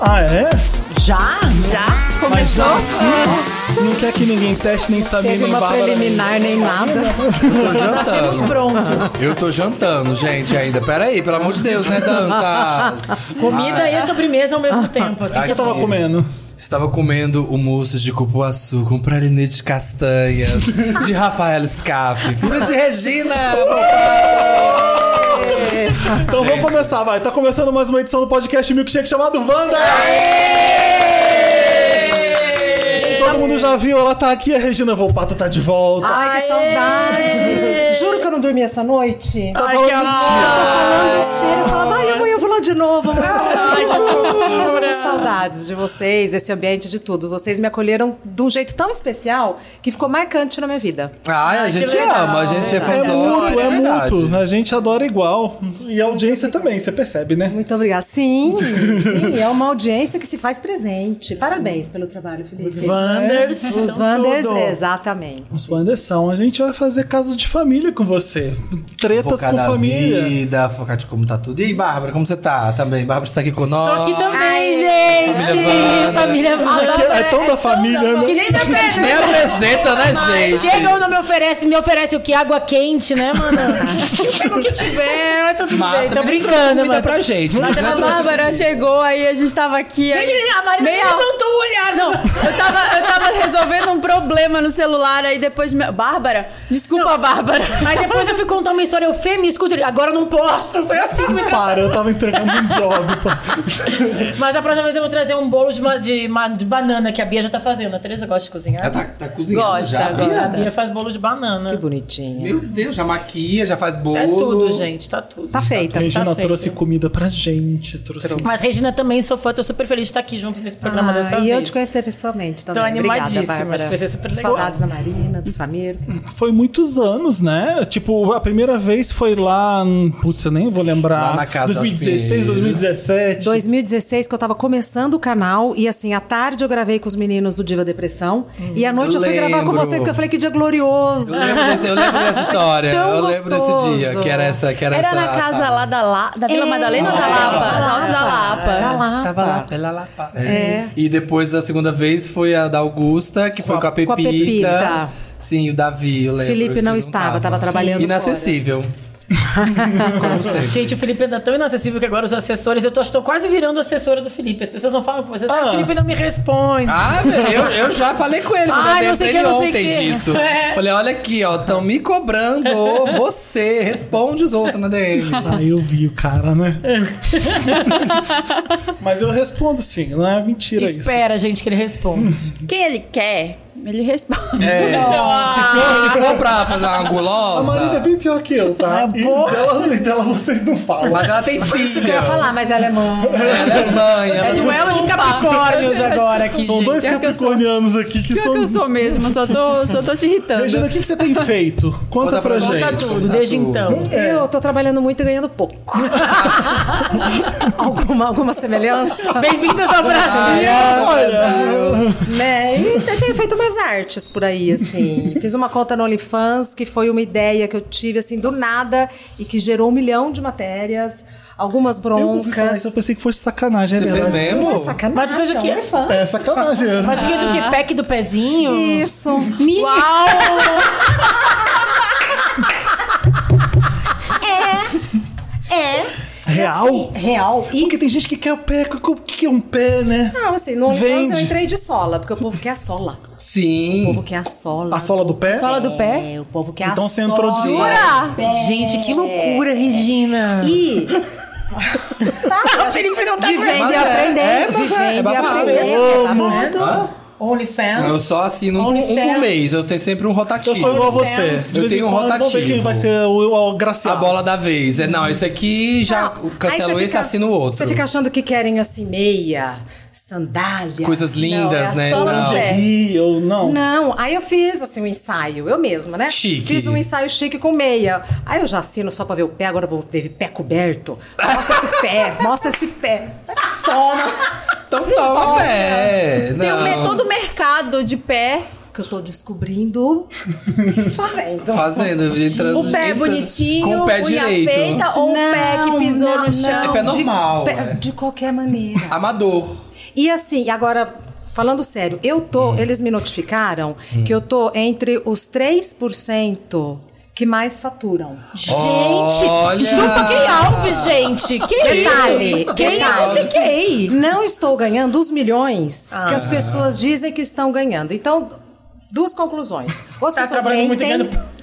Ah, é? Já? Já? Mas Começou? já não quer que ninguém teste, nem saber, Teve nem uma Bárbara. preliminar nem nada. Eu tô Nós temos jantando. prontos. Eu tô jantando, gente, ainda. Pera aí, pelo amor de Deus, né, Dantas? Comida Ah, e sobremesa ao mesmo tempo. assim. O que você tava aqui. comendo? Estava comendo o mousse de cupuaçu com pralinê de castanhas, de Rafael Scaff, filha de Regina! Então Gente. vamos começar, vai. Tá começando mais uma edição do podcast Milkshake chamado Wanda! Todo mundo já viu, ela tá aqui, a Regina Volpato tá de volta. Ai, que saudade. Juro que eu não dormi essa noite. tá Ai, falando que amor. mentira. Falando sério, eu falava, ai, amanhã eu vou lá de novo. amanhã eu vou lá de Ai, que novo." Eu tava fofura. com saudades de vocês, desse ambiente, de tudo. Vocês me acolheram de um jeito tão especial que ficou marcante na minha vida. Ai, a gente que legal. ama, a gente é É fãzão. mútuo, é verdade. né? mútuo. A gente adora igual. E a audiência também, você percebe, né? Muito obrigada. Sim, sim, é uma audiência que se faz presente. Parabéns pelo trabalho, Felipe. Os Wanders. Os são Wanders, tudo. exatamente. Os Wanderson, a gente vai fazer casos de família com você. Tretas Focar com na família. vida, focar de como tá tudo. E aí, Bárbara, como você tá também? Bárbara está aqui com Tô nós. aqui também, Ai, gente. Wanda. Família Wanda. É tão da família, né? Que nem da Pedro. Nem apresenta, né, gente? Chega um, não me oferece, me oferece o que? Água quente, né, mano? Eu pego o que tiver, mas tá tudo bem. Tô também brincando, trouxe comida mano. pra gente. Mas né? a Trouxe Bárbara chegou, aí a gente tava aqui. Nem- Aí... nem- A Marina nem Nem a- levantou o olhar, né? não. Eu tava, eu tava resolvendo um problema no celular, aí depois. me- Bárbara? Desculpa, Bárbara. Aí depois eu fui contar uma história, eu fui, me escuta, agora eu não posso. Foi assim que me tra... Para, eu tava entregando um job. pô. Mas a próxima vez eu vou trazer um bolo de, ma- de ma- de banana que a Bia já tá fazendo. A Teresa gosta de cozinhar. Ela tá, tá cozinhando Gosta, já. Bia? A gosta. Bia faz bolo de banana. Bonitinha. Meu Deus, já maquia, já faz bolo. É tudo, gente, tá tudo. Tá feita. Regina feito. trouxe comida pra gente, trouxe. Mas Regina também sou fã, tô super feliz de estar aqui junto nesse programa Ah, dessa e vez. eu te conhecer pessoalmente também. Tô animadíssima, animadíssima. acho que vai ser super legal. Saudades da Marina, do Samir. Foi muitos anos, né? Tipo, a primeira vez foi lá. hum, Putz, eu nem vou lembrar. Lá na casa dos 2016, Pinheiros. 2017. 2016, que eu tava começando o canal, e assim, à tarde eu gravei com os meninos do Diva Depressão, e à noite eu, fui gravar com Lembro. vocês, que eu falei que dia glorioso. Eu lembro, desse- eu lembro dessa história. Tão eu lembro desse dia, gostoso. que era essa. Que era Era essa, na casa sabe? lá da, La... da Vila É, Madalena ou da da Lapa? Lapa. Na Altos da Lapa. Tá Da Lapa. Tava lá pela Lapa. E depois a segunda vez foi a da Augusta, que foi com a, com Pepita. a Pepita. Sim, o Davi, eu lembro. Felipe que não estava, tava trabalhando Inacessível. Como sempre. Gente, o Felipe ainda é tão inacessível que agora os assessores, eu tô, estou quase virando assessora do Felipe. As pessoas não falam com vocês, ah. Ah. o Felipe não me responde. Ah, velho, eu, eu já falei com ele, Ai, mandei pra não sei ele que, não sei ontem que. disso. É. Falei, olha aqui, ó, estão me cobrando, ô, você, responde os outros na DM. Aí eu vi o cara, né? Mas eu respondo sim, não é mentira Espera, gente, que ele responde. Quem ele quer, ele responde. É, se, for, se for pra fazer isso. uma A Marina é gulosa... bem pior que eu, tá? Ah, e, porra. dela, e dela vocês não falam. Mas ela tem filho. Isso que eu ia falar, mas ela é mãe. Ela é mãe, ela É duelo de Capricórnios agora aqui, São gente. dois pior que eu sou- capricornianos aqui que Pior são. que eu sou mesmo, eu só tô, só tô te Regina, o irritando. que, que você tem feito? Conta, Conta pra, pra gente. Tá gente, tudo, tá desde tudo. então. Eu tô trabalhando muito e ganhando pouco. alguma, alguma semelhança? Bem-vindos ao Ah, é Brasil! Olha, né? E eu tenho feito umas artes por aí, assim. Fiz uma conta no OnlyFans, que foi uma ideia que eu tive, assim, do nada, e que gerou um milhão de matérias, algumas eu ouvi falar isso, eu broncas. pensei que fosse sacanagem, é Você fez verdade. mesmo? É sacanagem. Mas tu fez o quê? OnlyFans. É sacanagem. Mas o que o Ah. que? Pack do pezinho? Isso. Uau! Real? Assim, real. E, Porque tem gente que quer o pé. O que que é um pé, né? não, assim, no OnlyFans eu Vende. entrei de sola, porque o povo quer a sola. O Sim. povo quer a sola. A sola do pé? Sola do pé? É, o povo quer Então a você sola. entrou de Jura? Gente, que loucura, Regina! E... Tá, O Felipe não tá Ah, vivendo Mas e é, aprendendo. é, mas é, é vivendo e babado. aprendendo. Amo. babado. OnlyFans. Eu só assino um, um por OnlyFans. mês, eu tenho sempre um Eu rotativo. sou igual a você. De Eu vez em tenho um quando, Vamos ver rotativo. quem vai ser o, o A agraciado. bola da vez. É, não, esse aqui já Não, aí cancelou você esse, fica- assina o outro. Você fica achando que querem assim meia, sandália. é assim, Coisas lindas, a né? sola do Não. é pé. Ih, eu não. Não, aí eu fiz assim um ensaio, eu mesma, né? Chique. Fiz um ensaio chique com meia. Aí eu já assino só pra ver o pé, agora eu vou ter pé coberto. Mostra esse pé, mostra esse pé. Toma! Então toma pé. Tem o não. me- todo o mercado de pé. Porque eu tô descobrindo fazendo. Fazendo, entrando. O pé entrando. bonitinho, Com o pé unha direito. feita um ou o pé que pisou no chão. É pé normal, De, é. de qualquer maneira. Amador. E assim, agora, falando sério, eu tô. Hum. Eles me notificaram que eu tô entre os 3% que mais faturam. Gente, Olha! chupa é quem Alves, gente. Quem Detalhe, Quem detalhe. Alves é quem? Não estou ganhando os milhões que Ah. as pessoas dizem que estão ganhando. Então, duas conclusões. Ou as Tá pessoas trabalhando muito e mentem- ganhando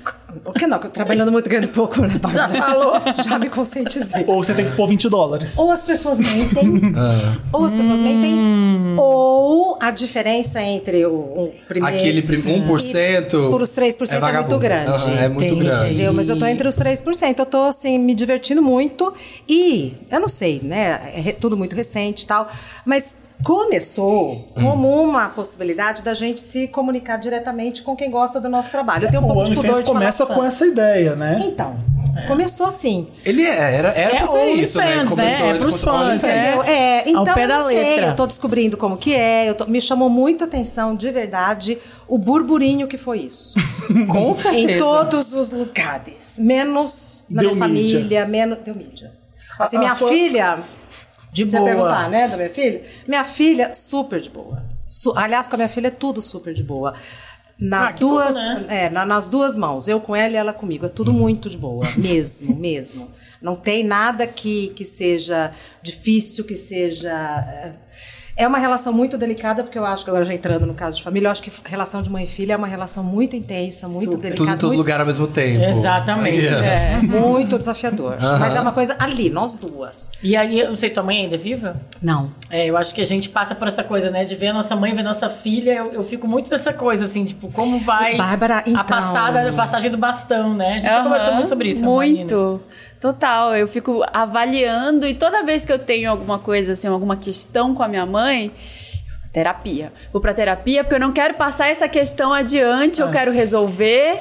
O que não? que eu Trabalhando muito, ganhando pouco. Né? Já falou. Já me conscientizei. Ou você tem que pôr 20 dólares. Ou as pessoas mentem, Ah. ou as pessoas mentem, Hum. ou a diferença entre o, o primeiro... Aquele prim- 1%. Por os 3% é, vagabundo. muito grande. Aham, é muito Entendi. grande. Entendeu? Mas eu tô entre os 3%. Eu tô, assim, me divertindo muito. E, eu não sei, né? É re- tudo muito recente e tal. Mas começou Hum. como uma possibilidade da gente se comunicar diretamente com quem gosta do nosso trabalho. Eu tenho um O pouco de pudor OnlyFans de falar Tá começa fã. com essa ideia, né? Então, começou assim. Ele é- era, era É pra ser isso, né? OnlyFans, Começou, é, é ele pros começou- um fãs, OnlyFans. é. Entendeu? É, então pé eu da não sei, letra. eu tô descobrindo como que é, eu tô- me chamou muita atenção, de verdade, o burburinho que foi isso. Com certeza. Em todos os lugares. Menos na Deu minha mídia. família, menos. Deu mídia. Assim, A- a minha sua- filha. De você ia boa. perguntar, né, da minha filha? Minha filha, super de boa. Su- Aliás, com a minha filha é tudo super de boa. Nas Ah, que duas. bom, né? é, na- nas duas mãos. Eu com ela e ela comigo. É tudo muito de boa. Mesmo, mesmo. Não tem nada que, que seja difícil, que seja. é, É uma relação muito delicada, porque eu acho que agora já entrando no caso de família, eu acho que relação de mãe e filha é uma relação muito intensa, muito delicada. Tudo em todo muito é, lugar ao mesmo tempo. É. Exatamente, é. Yeah. Uhum. muito desafiador. Aham. Mas é uma coisa ali, nós duas. E aí, eu não sei, tua mãe ainda é viva? Não. É, eu acho que a gente passa por essa coisa, né? De ver a nossa mãe, ver a nossa filha. Eu, eu fico muito nessa coisa, assim, tipo, como vai Bárbara, a então. passada, a passagem do bastão, né? A gente Aham, conversou muito sobre isso. Marina. Muito. Total. Eu fico avaliando e toda vez que eu tenho alguma coisa, assim, alguma questão com a minha mãe. Terapia. Vou pra terapia porque eu não quero passar essa questão adiante, eu Ah. quero resolver.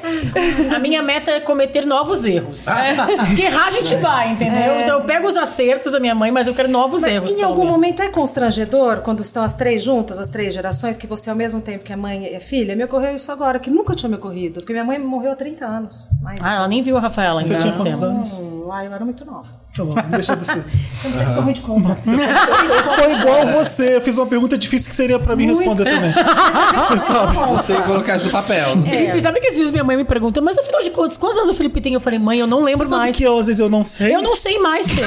A minha meta é cometer novos erros. É. Porque errar a gente vai, entendeu? Então eu pego os acertos da minha mãe, mas eu quero novos É. Mas erros. em pelo algum menos. momento é constrangedor quando estão as três juntas, as três gerações, que você ao mesmo tempo que é mãe e é filha? Me ocorreu isso agora, que nunca tinha me ocorrido, porque minha mãe morreu há 30 anos. Mas... Ah, ela nem viu a Rafaela ainda. um- Você tinha no quantos cinema. anos? Hum, ah, eu era muito nova. Tá bom, deixa de ser. Eu não sei que sou ruim de conta. Eu sou igual você, eu fiz uma pergunta difícil que seria pra mim responder também. Você sabe. Não sei colocar isso no papel. Não sei. Felipe, sabe que esses dias minha mãe me pergunta, mas afinal de contas, quantos anos o Felipe tem? Eu falei, mãe, eu não lembro Você sabe mais. que eu, às vezes eu não sei. Eu não sei mais, Fê.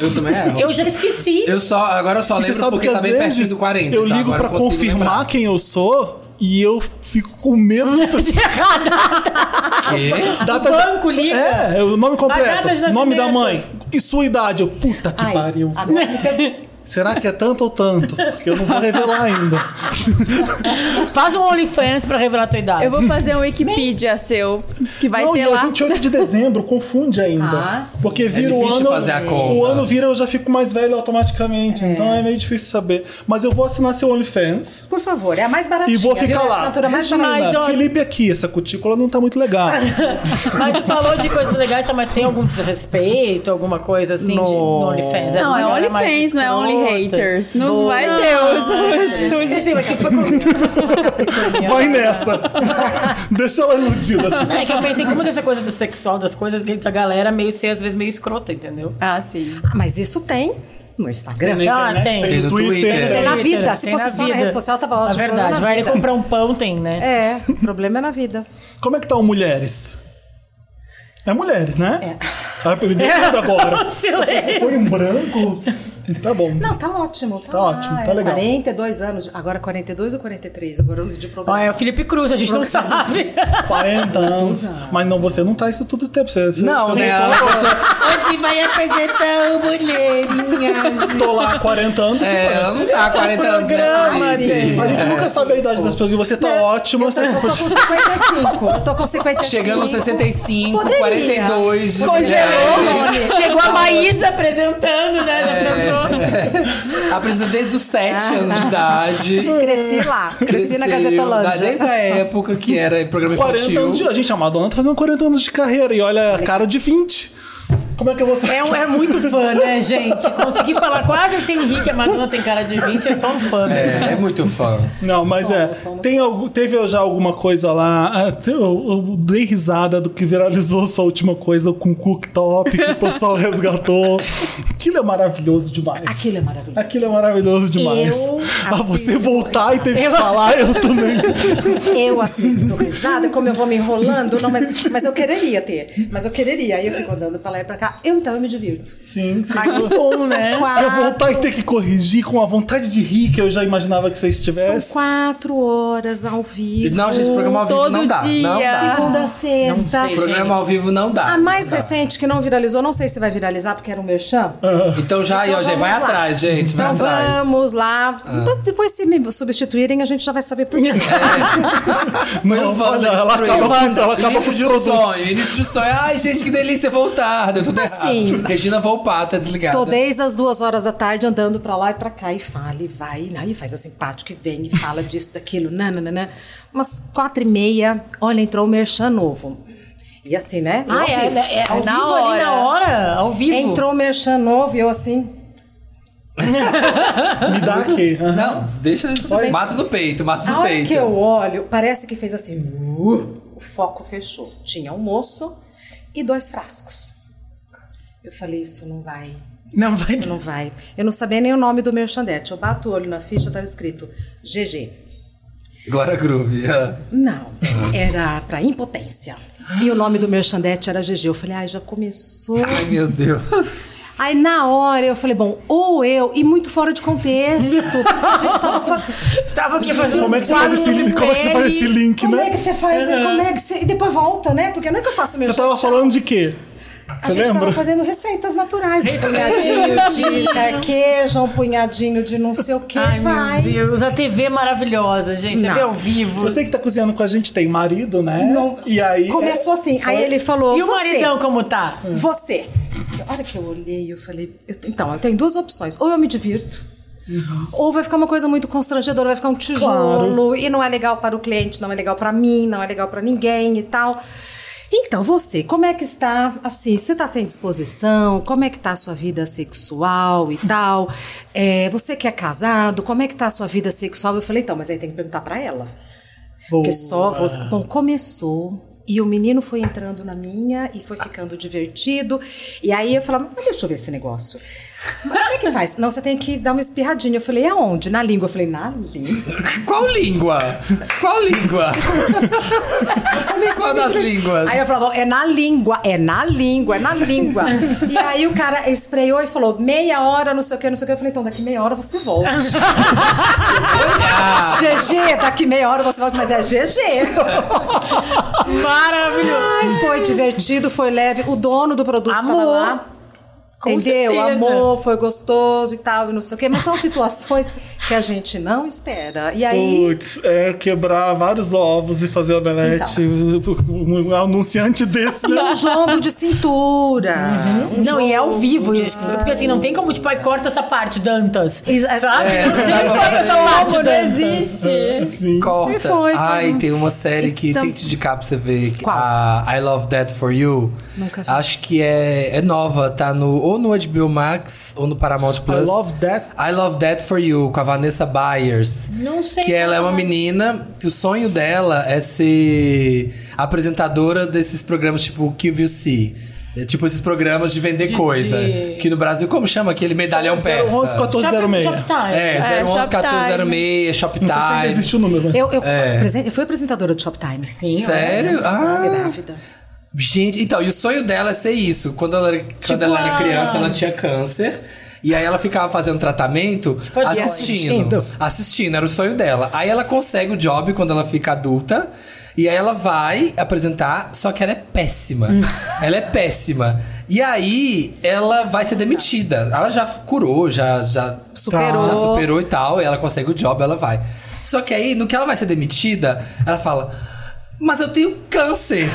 Eu também erro. Eu já esqueci. Eu só, agora eu só E você lembro sabe porque que tá às bem pertinho vezes do 40. eu tá? ligo Agora pra eu consigo confirmar lembrar. quem eu sou e eu fico com medo da pessoa. Quê? Data- O banco liga. É, é o nome A data de completo. nascimento. Nome da mãe. E sua idade. Eu, puta que Ai, pariu. agora me pergunta. Será que é tanto ou tanto? Porque eu não vou revelar ainda. Faz um OnlyFans pra revelar a tua idade. Eu vou fazer um Wikipedia seu, que vai não, ter e é lá. 28 de dezembro, confunde ainda. Ah, sim. Porque vira o É difícil ano. fazer a O conta. ano vira, eu já fico mais velho automaticamente. Então é meio difícil saber. Mas eu vou assinar seu OnlyFans. Por favor, é a mais baratinha. E vou viu? ficar É a lá. assinatura mais Regina, barata. Mas olha- Felipe aqui, essa cutícula não tá muito legal. Mas você falou de coisas legais, mas tem algum desrespeito, alguma coisa assim de no OnlyFans? Não, é OnlyFans, não é Only Haters. Não vai ter os. os- os- Sim, mas que foi com... Vai nessa. Deixa ela iludida. Assim. É que eu pensei que muita essa coisa do sexual, das coisas, que a galera meio ser, às vezes, meio escrota, entendeu? Ah, sim. Ah, Mas isso tem no Instagram. na Ah, internet, tem. tem, Tem no no Twitter. Twitter. tem- É, na Twitter, vida. Se tem fosse na só na rede social, tava ótimo. É Problema verdade, na vai ali vida. comprar um pão, tem, né? É, o problema é na vida. Como é que tá o Mulheres? É Mulheres, né? Ah, me deu É. Tá nada agora. Silêncio. Foi um branco? Tá bom. Não, tá ótimo. Tá, Tá lá, ótimo, tá é legal. 42 anos. Agora 42 ou 43? Agora anos de programa. Olha, é o Felipe Cruz, a gente não sabe. 40 anos. Mas não, você não tá isso tudo o tempo. Você, você- Não, você né? tá- Ela pensou- Onde vai apresentar o Mulherinha? Tô lá há 40 anos. É, você ela parece. não tá há 40 anos, Programa, né, Felipe? A gente nunca sabe a idade das pessoas. E Você tá ótima. Você... Eu tô com 55. Eu tô com 55. Chegando aos 65, Poderia. 42 de Congelou, mulheres. Rony. Chegou a Maísa apresentando, né? É. Já pensou? Apresenta desde os 7 anos de idade. Cresci lá. Cresci na Cresceu, da- Gazetolândia. Desde a época que era programa 40 infantil. anos de... A gente, a Madonna tá fazendo 40 anos de carreira. E olha, a cara de 20. Como é que eu vou sair? É, um- é muito fã, né, gente? Consegui falar quase sem rir que a Madonna tem cara de 20, é só um fã. né? É, é muito fã. Não, mas Som, é. som, tem algu- teve já alguma coisa lá. ah, te- Eu, eu dei risada do que viralizou sua última coisa com cooktop, que o pessoal resgatou. Aquilo é maravilhoso demais. Aquilo é maravilhoso. Aquilo é maravilhoso demais. Eu ah, você assisto voltar e ter que Eu- falar, eu também. Eu assisto do risada, como eu vou me enrolando. Não, mas, mas eu quereria ter. Mas eu quereria. Aí eu fico andando pra lá e pra cá. Eu, então, eu me divirto. Sim, sim. Ah, que bom, né? Se eu voltar e ter que corrigir com a vontade de rir que eu já imaginava que vocês São tivessem. quatro horas ao E vivo. Não, gente, programa ao vivo Todo não dá. Não dia. dá. Segunda a sexta. sei, gente. Programa ao vivo não dá. A mais Não dá. recente que não viralizou, não sei se vai viralizar, porque era um merchan. Então já aí, ó, Então gente, vai vamos lá. atrás, gente. Vai Ah. Então atrás. vamos lá. Então, depois, se me substituírem, a gente já vai saber por quê. Não, Foi o Wanda olha, ela que acaba destruiu. com, ela acaba com início os de um produtos. sonho, início de um sonho. Ai, gente, que delícia voltar. Deu tudo errado. Assim. Regina Volpata, desligada. Tô desde as duas horas da tarde andando pra lá e pra cá e fala e vai, né, e aí faz a simpática e vem e fala disso, daquilo, nananana. Umas quatro e meia, olha, entrou o merchan novo. E assim, né? Eu Ah, ao é, vivo. é, é ao Na vivo ali na hora, ao vivo. Entrou o merchan novo e eu assim, Me dá aqui. aham. Não, deixa. Mato no peito, mato a no hora peito. que eu olho, parece que fez assim, uh, o foco fechou. Tinha um moço e dois frascos. Eu falei, isso não vai Não vai. Isso não vai. Eu não sabia nem o nome do merchandete. Eu bato o olho na ficha, tava escrito GG. Glória Groove. ah. Não, era pra impotência. E o nome do merchandete era GG. Eu falei, ai, já começou. Ai, meu Deus. Aí na hora eu falei, bom, ou eu, e muito fora de contexto, porque a gente tava falando. Estava aqui fazendo Como é que você faz quase esse um link? Como é que você faz esse ML? link, Como é né? que você faz? Uhum. né? Como é que você. E depois volta, né? Porque não é que eu faço Você merchandete. tava falando de quê? A Você gente lembra? tava fazendo receitas naturais. Um punhadinho de carqueja, um punhadinho de não sei o que. Ai, vai. meu Deus, a TV maravilhosa, gente. Não. TV ao vivo. Você que tá cozinhando com a gente tem marido, né? E aí. Começou assim. Aí ele é falou. É. E o "Você, maridão como tá? Você. A hora que eu olhei, eu falei. eu- então, eu tenho duas opções. Ou eu me divirto. Ou vai ficar uma coisa muito constrangedora, vai ficar um tijolo e não é legal para o cliente, não é legal para mim, não é legal para ninguém e tal. Então, você, como é que está? Assim, você está sem disposição? Como é que está a sua vida sexual e tal? É, você que é casado, como é que está a sua vida sexual? Eu falei, então, mas aí tem que perguntar para ela. Porque só você. Bom, começou. E o menino foi entrando na minha e foi ficando divertido. E aí eu falava, mas deixa eu ver esse negócio. Mas como é que faz? Não, você tem que dar uma espirradinha. Eu falei, aonde? Na língua. Eu falei, na língua. Qual língua? Qual língua? Qual das línguas? Aí eu falava, é na língua, é na língua, é na língua. e aí o cara espreiou e falou, meia hora, não sei o que, não sei o que. Eu falei, então daqui meia hora você volta. Ah, GG, daqui meia hora você volta, mas é GG. Maravilhoso. Ai, foi divertido, foi leve. O dono do produto tava Amor. lá. Com entendeu? certeza. Amor, foi gostoso e tal, e não sei o quê. Mas são situações que a gente não espera. E aí. Putz, é quebrar vários ovos e fazer omelete. Um anunciante desse, E né? um jogo de cintura. Um Não, e é ao jogo vivo de isso. cintura. Porque assim, não tem como, tipo, ai, corta essa parte, Dantas. Exa- Sabe? É, não tem como corta essa parte, Como não Dantas. existe? Sim. corta. E foi, foi. Ai, tem uma série que Então- tem que te indicar pra você ver. que- Qual? a I Love That For You. Nunca vi. Acho que é, é nova. Tá no, ou no HBO Max ou no Paramount Plus. I love that. I Love That For You, com a Vanessa Byers. Não sei Que ela é não. uma menina que o sonho dela é ser apresentadora desses programas tipo QVC. É, tipo esses programas de vender coisa. de- Que no Brasil, como chama aquele medalhão persa? 011 Shop- 1406. Shoptime. É, É, 011 1406, Não sei se ainda Shoptime. existe o número, mas. Eu, eu, É. apresen- eu fui apresentadora de Shoptime. Sim, olha. Sério? Tava Ah, grávida. gente, então, e o sonho dela é ser isso. Quando ela era, quando ela era a- criança, ela tinha câncer. E aí ela ficava fazendo tratamento, a- assistindo, assistindo. assistindo. era o sonho dela. Aí ela consegue o job quando ela fica adulta. E aí ela vai apresentar, só que ela é péssima. ela é péssima. E aí ela vai ser demitida. Ela já curou, já, já Superou. já superou e tal, e ela consegue o job, ela vai. Só que aí, no que ela vai ser demitida, ela fala: Mas eu tenho câncer.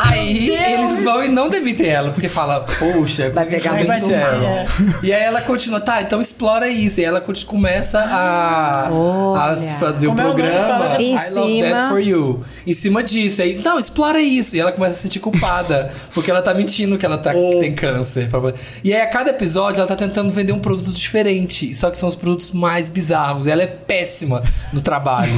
Aí eles vão e não demitem ela, porque fala, poxa, Vai por que que pegar não vai demite tomar, é. ela? E aí ela continua, tá, então explora isso. E ela conti- começa a, a Olha. fazer o Como é o nome? Fala programa. de- Em I love cima. that for you. Em cima disso. Aí, não, explora isso. E ela começa a se sentir culpada, porque ela tá mentindo que ela tá, que tem câncer. pra- E aí a cada episódio ela tá tentando vender um produto diferente. Só que são os produtos mais bizarros. E ela é péssima no trabalho.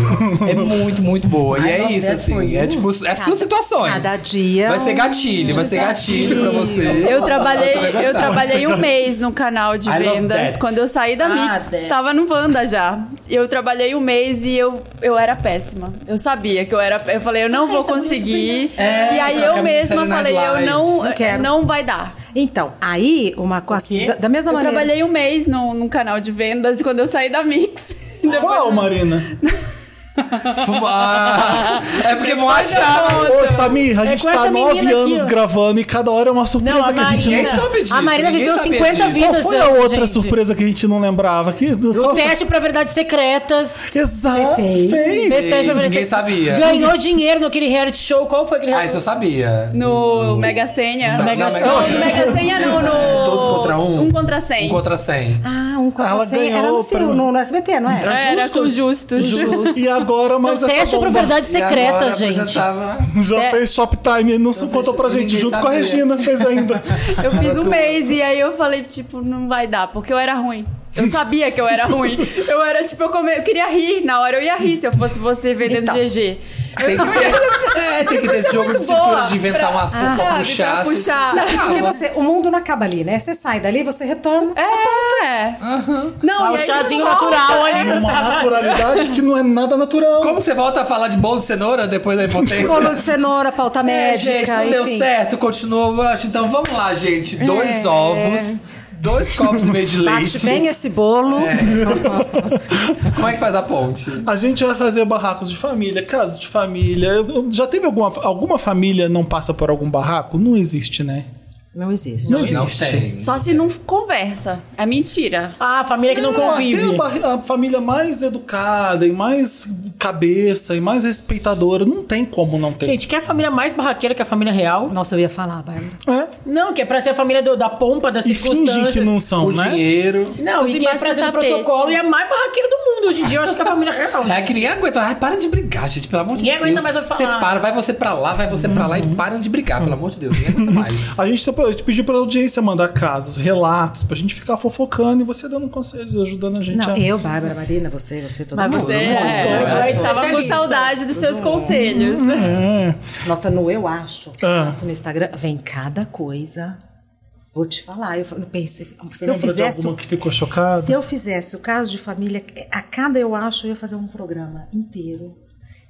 é muito, muito boa. e I é love isso, that for assim. you. Tá. É tipo, é suas situações. cada dia Vai ser um gatilho, vai ser gatilho pra você. Eu trabalhei, Você vai gostar. eu trabalhei um mês no canal de I love vendas. that. Quando eu saí da Ah, Mix, certo. tava no Wanda já. Eu trabalhei um mês e eu, eu era péssima. Eu sabia que eu era. Eu falei, eu não vou essa mulher conseguir. super engraçada. e aí É, eu aquela mesma Saturday falei, Night eu Live. não, eh, Não quero. não vai dar. Então, aí, uma coisa assim, da, da mesma Eu maneira. trabalhei um mês num, num canal de vendas e quando eu saí da Mix. depois- Qual, Marina? Ah, é porque vão achar. Ô, Samir, a É gente com tá essa nove menina aqui, anos ó. gravando e cada hora é uma surpresa Não, a que a gente Marina. não... Ninguém sabe disso, A Marina ninguém viveu sabia 50 disso. Qual vidas. foi a outra gente? surpresa que a gente não lembrava? Que, O teste pra verdades secretas. Exato, fez. Fez teste pra Ninguém verdades sabia. Ganhou dinheiro naquele reality show. Qual foi aquele Ah, isso eu reality sabia. um No Mega Senha. Não, Mega não, Sena. Não, no Mega Senha não, no. Todos contra um? Um contra cem. Um contra cem. Ah, um com Ela você. ganhou Era no, pra- Ciro, no, no SBT, não é? era? Era com justos. E agora mais show? essa Teste pra bomba. verdades tá E agora secretas, gente. apresentava- Já É. fez Shoptime e não se contou pra gente, Então, ninguém junto com a sabia. Regina fez ainda. Eu fiz um mês e aí eu falei, tipo, não vai dar, porque eu era ruim. Eu sabia que eu era ruim. Eu era, tipo, eu, come... eu queria rir. Na hora eu ia rir se eu fosse você vendendo Então. GG. Tem que ter, é, tem que ter esse jogo de boa cintura de inventar um assunto sabe, pra pra puxar. assim. se- puxar. se- Porque calma. você, o mundo não acaba ali, né? Você sai dali, você retorna. É! Não, Ah, e o aí você chazinho volta. natural É. ali. Uma naturalidade que não é nada natural. Como que você volta a falar de bolo de cenoura depois da impotência? Colo de cenoura, pauta É, médica, gente, não deu enfim. certo, continua. broxa. Então vamos lá, gente. Dois ovos, dois copos e meio de Bate leite. bem esse bolo. É. Como é que faz a ponte? A gente vai fazer barracos de família, casas de família. Eu- eu- Já teve alguma, alguma família não passa por algum barraco? Não existe, né? Não existe. Não, Não existe. tem. Só se não conversa. É mentira. Ah, a família que não Ah, Até a convive. barri- a, família mais educada e mais cabeça e mais respeitadora, não tem como não ter. Gente, quer a família mais barraqueira que a família real? Nossa, eu ia falar, Bárbara. É. Não, que é pra ser a família do- da pompa, das E fingem circunstâncias. que não são, O né? dinheiro. Não, Tudo e que é embaixo pra do ser do tapete. protocolo e é a mais barraqueira do mundo hoje em dia. Eu acho que é a família real. É gente. que ninguém aguenta. Ai, para de brigar, gente, pelo amor de Ninguém Deus. aguenta mais eu falar. Uhum. Separa, vai você pra lá, vai você pra lá e param de brigar, pelo amor de Deus. Ninguém aguenta mais. A gente só- eu te pediu pra audiência mandar casos, relatos, pra gente ficar fofocando e você dando conselhos, ajudando a gente Não, a. eu, Bárbara, Marina, você, você, todo Mas mundo. você Não, é, nós todos. né? é tava com especialista. saudade dos seus conselhos. Uhum. Nossa, no Eu Acho, que eu Ah. faço no Instagram, vem cada coisa. Vou te falar, eu não pensei. Você Se eu lembra fizesse de um alguma que ficou chocada? Se eu fizesse o caso de família, a cada eu acho, eu ia fazer um programa inteiro.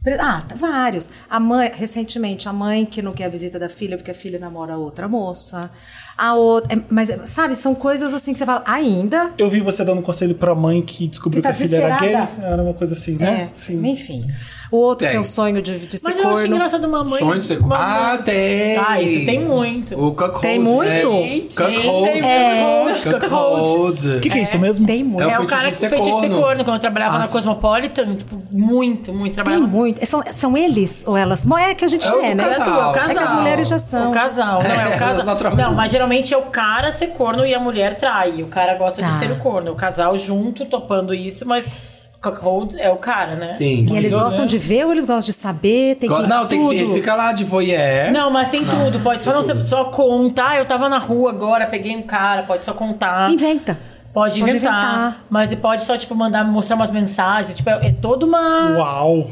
Pre- Ah, tá, vários. A mãe, recentemente, a mãe que não quer a visita da filha porque a filha namora outra moça. A outra. é, Mas, é, sabe, são coisas assim que você fala, ainda. Eu vi você dando conselho pra mãe que descobriu Que tá que a filha era gay. desesperada. Era uma coisa assim, É, né? Sim. enfim. O outro Tem. tem o sonho de, de ser Mas eu corno. acho engraçado uma mãe. Sonho de ser corno. uma- Ah, tem! Ah, isso tem muito. O cuckold. Tem muito? Né? Gente, Cuckold. É. tem muito. O que, Cuckold. que é isso mesmo? Tem muito. É É o o cara feitiço de que ser fez de ser corno. corno. Quando eu trabalhava Ah, na sim. Cosmopolitan, tipo, muito, muito. Tem Trabalhava muito. É, São, são eles ou elas? Não é que a gente É é, o né? casal. É que as Casal. mulheres já são. O casal, não é É, o casal. naturalmente. Não, mas geralmente é o cara ser corno e a mulher trai. O cara gosta de Tá. ser o corno. O casal junto, topando isso, mas o cuckold é o cara, né? Sim. E eles Entendeu, gostam né? de ver ou eles gostam de saber? Tem que ir Não, tem que, tudo. ele fica lá de voyeur. Não, mas sem tudo, pode só, não, ser- só contar. Eu tava na rua agora, peguei um cara, pode só contar. Inventa. Pode Pode inventar, inventar. Mas pode só, tipo, mandar mostrar umas mensagens. Tipo, é, é toda uma, Uau!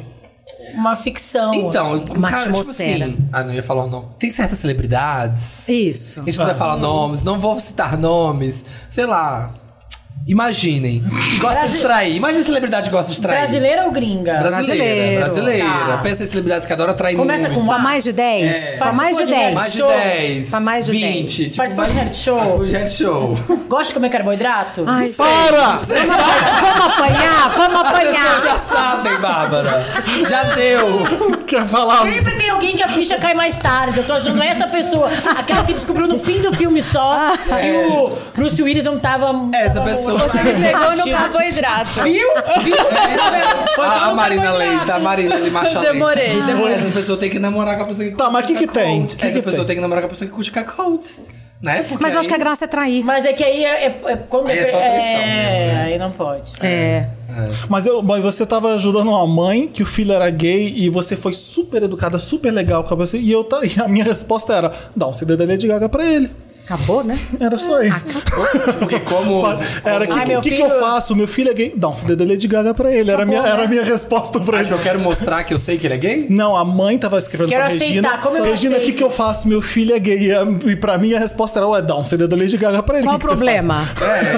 uma ficção. assim. Então, Uma cara, tipo atmosfera. assim... Ah, não eu ia falar o nome. Tem certas celebridades Isso. A gente não vai falar nomes, não vou citar nomes. Sei lá. Imaginem. Gosta de trair. Imagina celebridade que gosta de trair. Brasileira ou gringa? Brasileira. Brasileiro. Brasileira. Tá. Pensa em celebridades que adoram trair Começa muito. com Pra mais de 10? É. Pra mais de Participa 10. de Mais de show. 10. Pra mais de 20. 10. Tipo, Participou de reality show? participou de reality show. Gosta de comer carboidrato? Ai, Para! vamos apanhar, vamos apanhar, vamos As pessoas apanhar. já sabem, Bárbara. Já deu. Quer falar? Sempre tem alguém que a ficha cai mais tarde. Eu tô ajudando essa pessoa. Aquela que descobriu no fim do filme só Ah. que o Bruce Willis não tava. É, essa tava pessoa. Você me pegou no carboidrato. Viu? Viu? Foi só A, a no Marina tá- carboidrato. Leita, a Marina de Marcha Leita. Demorei, demorei. Essa pessoa tem que namorar com a pessoa que Tá, mas o que que tem? cutica cold. Que Essa que pessoa tem? tem? que namorar com a pessoa que curte cacold. Né? Porque Mas eu acho que a aí- graça é trair. Mas é que aí é. é- é- quando Aí é só traição é, mesmo, né? aí não pode. É. Mas, eu, mas você tava ajudando uma mãe que o filho era gay e você foi super educada, super legal com a pessoa. E, eu, ta- e a minha resposta era: dá um CD da Lady Gaga pra ele. Acabou, né? Era só isso. Porque como. Era o como- que, Ai, meu que, que filho- Tá né? eu faço? Meu filho é gay? Dá um CD da Lady Gaga pra ele. Era, a minha, era a minha resposta pra Ah, ele. eu quero mostrar que eu sei que ele é gay? Não, a mãe tava escrevendo Quero pra Regina. aceitar, como eu Regina, o que, aceito? que eu faço? Meu filho é gay. E, a- e pra mim a resposta era: ué, dá um CD da Lady Gaga pra ele. Qual o que que você problema?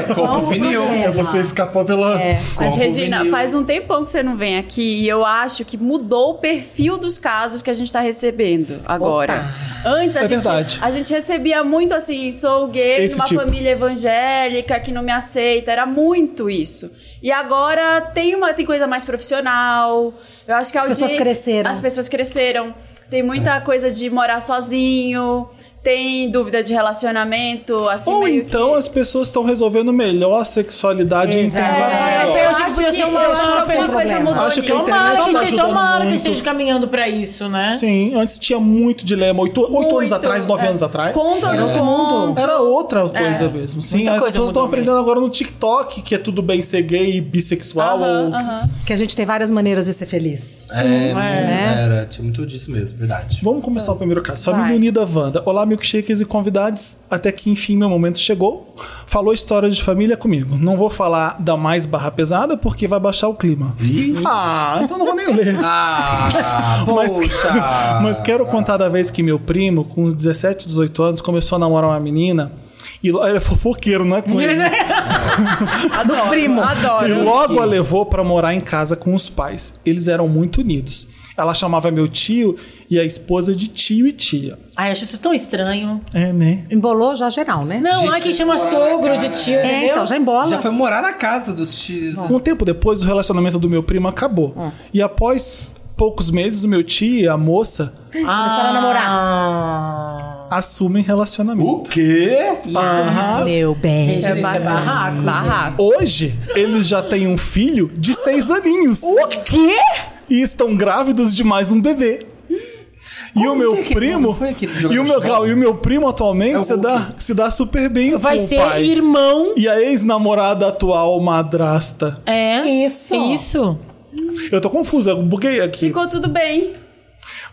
É, compra o vinil. faz? É, você escapou pela. É. Mas, Compra o Regina, vinil. faz um tempão que você não vem aqui e eu acho que mudou o perfil dos casos que a gente tá recebendo agora. Antes a, É gente, verdade. a gente recebia muito assim, sou gay, Esse numa tipo. família evangélica que não me aceita. Era muito isso. E agora tem uma tem coisa mais profissional. Eu acho que a As pessoas audiência- cresceram. As pessoas cresceram. Tem muita coisa de morar sozinho. Tem dúvida de relacionamento, assim, Ou meio então que... as pessoas estão resolvendo melhor a sexualidade em Exato. intervalo. É, Eu acho que podia ser uma- acho que uma alguma coisa problema. mudou Acho que a então, nisso. né? internet Tomara que, tá esteja, ajudando tomara que muito. esteja caminhando pra isso, né? Sim, antes tinha muito dilema. Oito, oito É? Muito, anos atrás, nove é. anos atrás. Conta É. ou não Todo mundo. conta. Era outra coisa mesmo. Sim, Muita as coisa pessoas estão mudou aprendendo agora no TikTok que é tudo bem ser gay, bissexual Aham, ou. aham. Que a gente tem várias maneiras de ser feliz. É, sim, né? era. Tinha muito disso mesmo, verdade. Vamos começar o primeiro caso. Família Unida Wanda. Olá, milkshakers e convidados. Até que enfim meu momento chegou. Falou história de família comigo. Não vou falar da mais barra pesada porque vai baixar o clima. Ah, então não vou nem ler. Ah, Mas, poxa! mas quero contar da vez que meu primo, com uns 17, 18 anos, começou a namorar uma menina. E lo- ele é fofoqueiro, não é com ele. né? Adoro, primo. E Adoro. logo a levou pra morar em casa com os pais. Eles eram muito unidos. Ela chamava meu tio e a esposa de tio e tia. Ai, acho isso tão estranho. É, né? Embolou já geral, né? Não, Gente, é ai, quem chama bora, sogro cara. de tio, É, entendeu? então, já embola. Já foi morar na casa dos tios. Um tempo depois, o relacionamento do meu primo acabou. Ah. E após poucos meses, o meu tio e a moça Começaram a namorar. assumem relacionamento. O quê? Ah, Ah, Isso, Ah, meu bem. Isso é barraco. Barraco. Hoje, eles já têm um filho de seis aninhos. Quê? e estão grávidos de mais um bebê. e o meu que é que- primo. não foi aquele e, o jogador de meu, futebol? calma, e o meu primo atualmente É o se, dá, se dá super bem Vai com ser o pai. irmão. E a ex-namorada atual madrasta. É. Isso. Isso. Eu tô confusa, eu buguei aqui. Ficou tudo bem.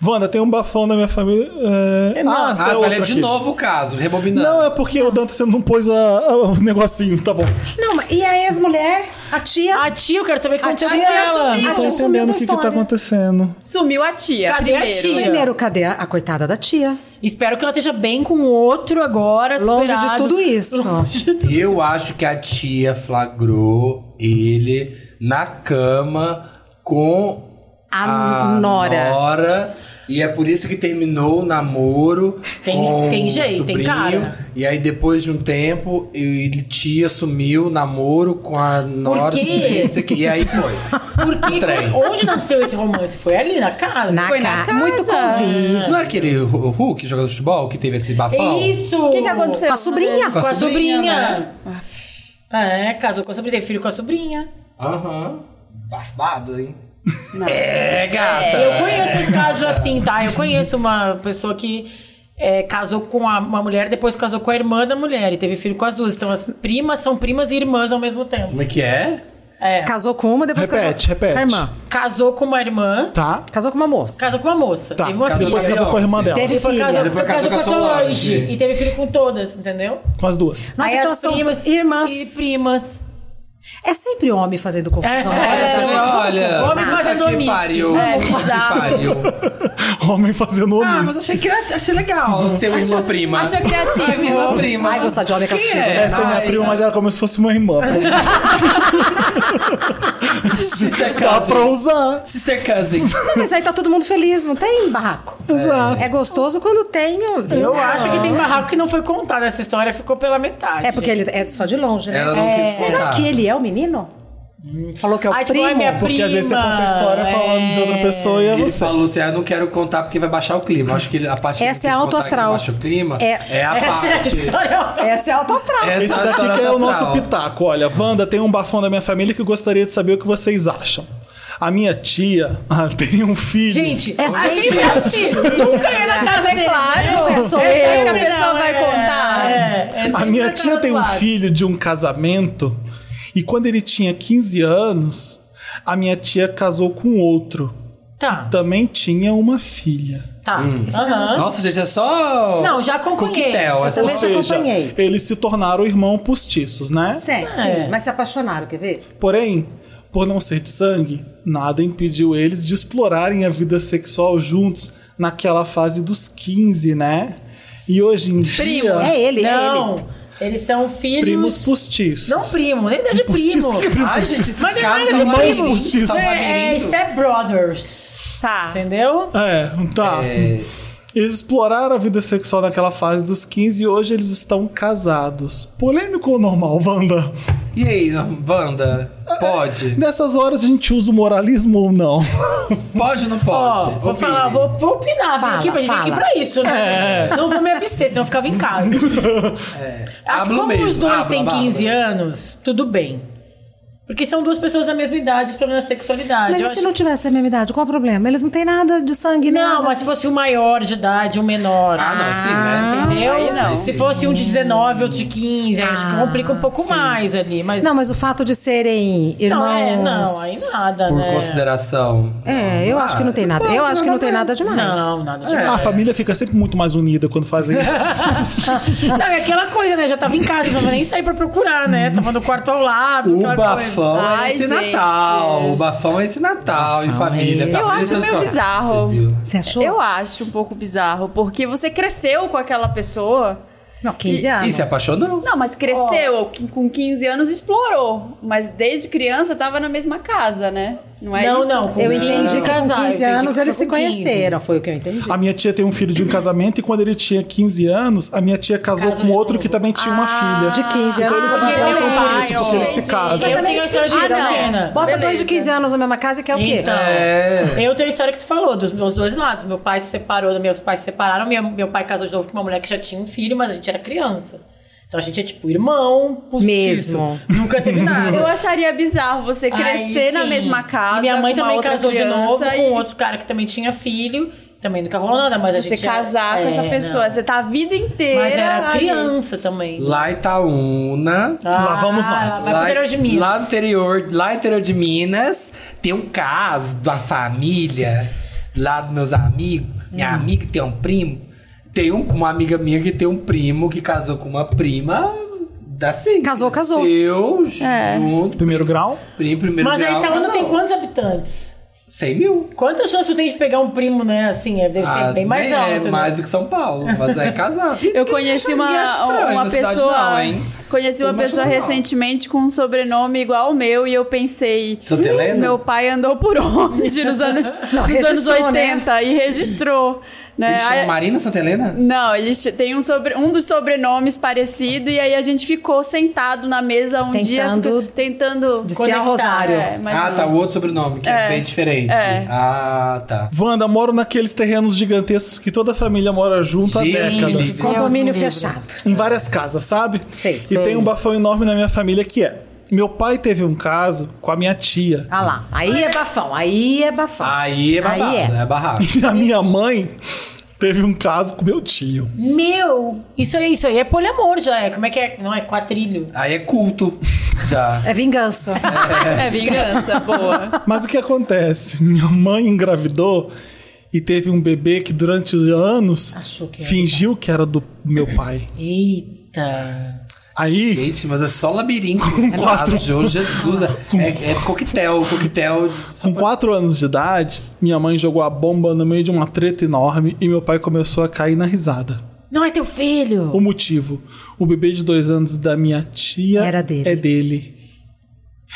Wanda, tem um bafão na minha família. É... Ah, tem Ah, outra olha, de aqui. novo né? o caso, rebobinando. Não, é porque o Dante você não pôs a- a- o negocinho, tá bom. Não, mas e a ex-mulher? A tia? A tia, eu quero saber o que A aconteceu com tia é ela. sumiu. Não tô tia sumiu entendendo da o que, que tá história. acontecendo. Sumiu a tia. Cadê a primeiro. tia? Primeiro, cadê a, a coitada da tia? Espero que ela esteja bem com o outro agora, Longe de superado. tudo isso. Eu acho que a tia flagrou ele na cama com A nora. nora, E é por isso que terminou o namoro. Tem- com tem o jeito, tem sobrinho, cara. E aí, depois de um tempo, ele tia sumiu o namoro com a Nora. quê? sobrinho, não sei o quê. E aí foi. Porque Trem. onde nasceu esse romance? Foi ali na casa? Na, Foi ca... na casa. Muito convívio. Não é aquele Hu- Hulk, jogador de futebol, que teve esse bafão? É Isso! O que, que aconteceu? Com a sobrinha. Ah, Com a sobrinha. né? É, casou com a sobrinha, teve filho com a sobrinha. Aham. Bafado, hein? É, gata. Eu conheço os casos assim, tá? Eu conheço uma pessoa que é, casou com a- uma mulher, depois casou com a irmã da mulher e teve filho com as duas. Então as primas são primas e irmãs ao mesmo tempo. Como é que é? É. Casou com uma, depois Repete, casou repete. com a irmã. Casou com uma irmã, Tá? Casou com uma moça. casou com uma moça. Tá. Teve uma Casou Depois com a casou com a irmã Beyoncé. dela. Teve Depois filho. casou, Depois casou com a Solange. Solange. E teve filho com todas, entendeu? Com as duas. Nossa, Aí então as são primas, irmãs. E primas. É sempre homem fazendo confusão. É, Olha é, essa é. gente. olha. Homem puta fazendo que omisse. pariu. É, puta que bizarro. pariu. Homem fazendo Ah, mas omisso. achei, que era- achei legal ter uma irmã prima. achou criativo. Ai, minha irmã prima. Ai, gostar de homem Quem castigo. né? é? Essa é minha Ai, prima, mas era como se fosse uma irmã. Sister Dá pra cousin. usar. Sister cousin. Mas aí tá todo mundo feliz, não tem barraco. Exato. É gostoso quando tem. um, ó. Eu acho que tem barraco que não foi contado. Essa história ficou pela metade. É porque ele é só de longe, né? Ela não quis Será contar. que ele é o menino? Falou que é o Ah, tipo, primo. é minha Porque às vezes você conta a história é. falando de outra pessoa e é Ele você. falou, Luciano, eu não quero contar porque vai baixar o clima. Eu Acho que ele- a parte Essa que é a ele quis auto contar que astral. Baixa o clima É- é, a Essa é a parte. história. Essa é a autoastral. Essa Esse é a daqui história que é o autoastral. nosso pitaco. Olha, Wanda, tem um bafão da minha família que eu gostaria de saber o que vocês acham. A minha tia ah, tem um filho. Gente, é sempre sempre assim. Nunca ia na casa dele. claro, né? é só sempre eu. não, Que a pessoa vai é, contar. é, é a sempre minha na tia casa tem do um lado. filho de um casamento e quando ele tinha 15 anos, a minha tia casou com outro. Tá, Também tinha uma filha. tá. Aham. Nossa, gente, é só. Não, já acompanhei. Coquetel. É Eu só- também Ou já seja, acompanhei. eles se tornaram irmão postiços, né? Sim, É. sim. Mas se apaixonaram, quer ver? Porém, por não ser de sangue, nada impediu eles de explorarem a vida sexual juntos naquela fase dos 15, né? E hoje em dia, É ele, é Não, ele. eles são filhos... primos postiços. Não primo, nem de Postiço, primo. que primo Ai, gente, postiço? esses Mas não é casos nada tão demais, maneirinho, postiço. tão É, É, é maneirinho. Step Brothers, Tá. entendeu? É, tá. Eles exploraram a vida sexual naquela fase dos 15 e hoje eles estão casados. Polêmico ou normal, Wanda? E aí, Wanda? Pode? Nessas horas a gente usa o moralismo ou não? Pode ou não Ó, pode? vou Opine. falar, vou, vou opinar. Fala, vem aqui, pra gente vem aqui fala. pra isso, É. né? Não vou me abster, senão eu ficava em casa. Acho que Hablo como os mesmo, dois habla, têm habla. 15 anos, tudo bem. Porque são duas pessoas da mesma idade, os problemas da sexualidade. Mas Eu e se acho- não tivesse a mesma idade, qual o problema? Eles não têm nada de sangue, Não, nada. mas se fosse um maior de idade, um menor. Ah, não, sim, né? Entendeu? aí não. Se fosse um de 19 ou de 15, aí acho que Ah, complica um pouco mais ali. Mas Não, mas o fato de serem irmãos... não, é, não, aí nada, Por né? consideração. É, eu acho que não tem nada. Eu acho que não é. tem nada demais. Não, nada É. demais. A família fica sempre muito mais unida quando fazem isso. Não, é aquela coisa, né? Já tava em casa, não precisava nem sair pra procurar, Uhum. né? Tava no quarto ao lado. O aquela coisa. bafão Ai, é esse gente. Natal. O bafão é esse Natal em é família. Eu família acho todos meio falam, bizarro. "Você viu?" Você achou? Eu acho um pouco bizarro, porque você cresceu com aquela pessoa. Não, 15 E anos. se apaixonou? Não, mas cresceu, com 15 anos explorou. Mas desde criança tava na mesma casa, né? Não é Não, isso? não, com Eu 15 entendi que com casar, eu 15 entendi anos que eles foi se com 15. conheceram, foi o que eu entendi. A minha tia tem um filho de um casamento e quando ele tinha 15 anos, a minha tia casou Casou com de outro novo. que também tinha uma filha. Ah, De 15 anos eles pra se porque cima meu encontram também. por pai, isso, porque eles se entendi. casam. Mas Eu também tenho a história de explodiram, né? pequena. Ah, Bota dois Beleza. de 15 anos na mesma casa que é o quê? Então, É. eu tenho a história que tu falou, dos meus dois lados. Meu pai se separou, meus pais se separaram. Minha, meu pai casou de novo com uma mulher que já tinha um filho, mas a gente era criança. Então a gente é tipo irmão, postiço. Mesmo. Nunca teve nada. Eu acharia bizarro você Aí, crescer na sim. mesma casa. E minha mãe com uma também outra casou de criança novo e com outro cara que também tinha filho. Também nunca rolou nada, mas a Você gente... casar era- com essa É, pessoa. não. Você tá a vida inteira. Mas era ali. criança também. Ah, Lá em Itaúna. Lá vamos nós. Lá vai pro interior de Minas. Lá no interior, lá no interior de Minas, tem um caso da família, lá dos meus amigos. Hum. Minha amiga tem um primo. Tem um- uma amiga minha que tem um primo que casou com uma prima da assim, Casou, casou. É. Seu, junto, Primeiro grau? primo, primeiro Mas aí grau, Itaúna casou. tem quantos habitantes? 100 mil. Quantas chances tu tem de pegar um primo, né? Assim, é, deve ser Ah, bem mais também alto. É né? mais do que São Paulo, mas é casado. E Eu ninguém conheci acha- uma, ninguém acha estranho uma na cidade, pessoa. não, hein? Conheci uma Não acho pessoa não. recentemente com um sobrenome igual ao meu e eu pensei. Santa "Hum, Helena?" Meu pai andou por onde nos anos, nos anos registrou, né? 80 e registrou. Né? Ele chama Aí- Marina Santa Helena? Não, ele che- tem um, sobre, um dos sobrenomes parecido e aí a gente ficou sentado na mesa um dia Tentando fica- tentando desfiar conectar, rosário. é, mas ah, não. tá, o outro sobrenome, que é, É. bem diferente. É. Ah, tá. Wanda, moro naqueles terrenos gigantescos que toda família mora junto há Gente, décadas. Deus Condomínio fechado. em várias casas, sabe? Sei, e sei. tem um bafão enorme na minha família que é. Meu pai teve um caso com a minha tia. Ah lá, aí é bafão, aí é bafão. Aí é babado, Aí é. é, barraco. E a minha mãe teve um caso com meu tio. Meu! Isso aí, isso aí é poliamor já. É. Como é que é? Não, é quatrilho. Aí é culto. Já. É vingança. É vingança, boa. Mas o que acontece? Minha mãe engravidou e teve um bebê que durante os anos Achou que era fingiu que era do meu pai. Eita! Aí, Gente, mas é só labirinto. Quatro. Jesus. É, é coquetel, coquetel. com quatro anos de idade, minha mãe jogou a bomba no meio de uma treta enorme e meu pai começou a cair na risada. Não é teu filho! O motivo? O bebê de dois anos da minha tia Era dele. é dele.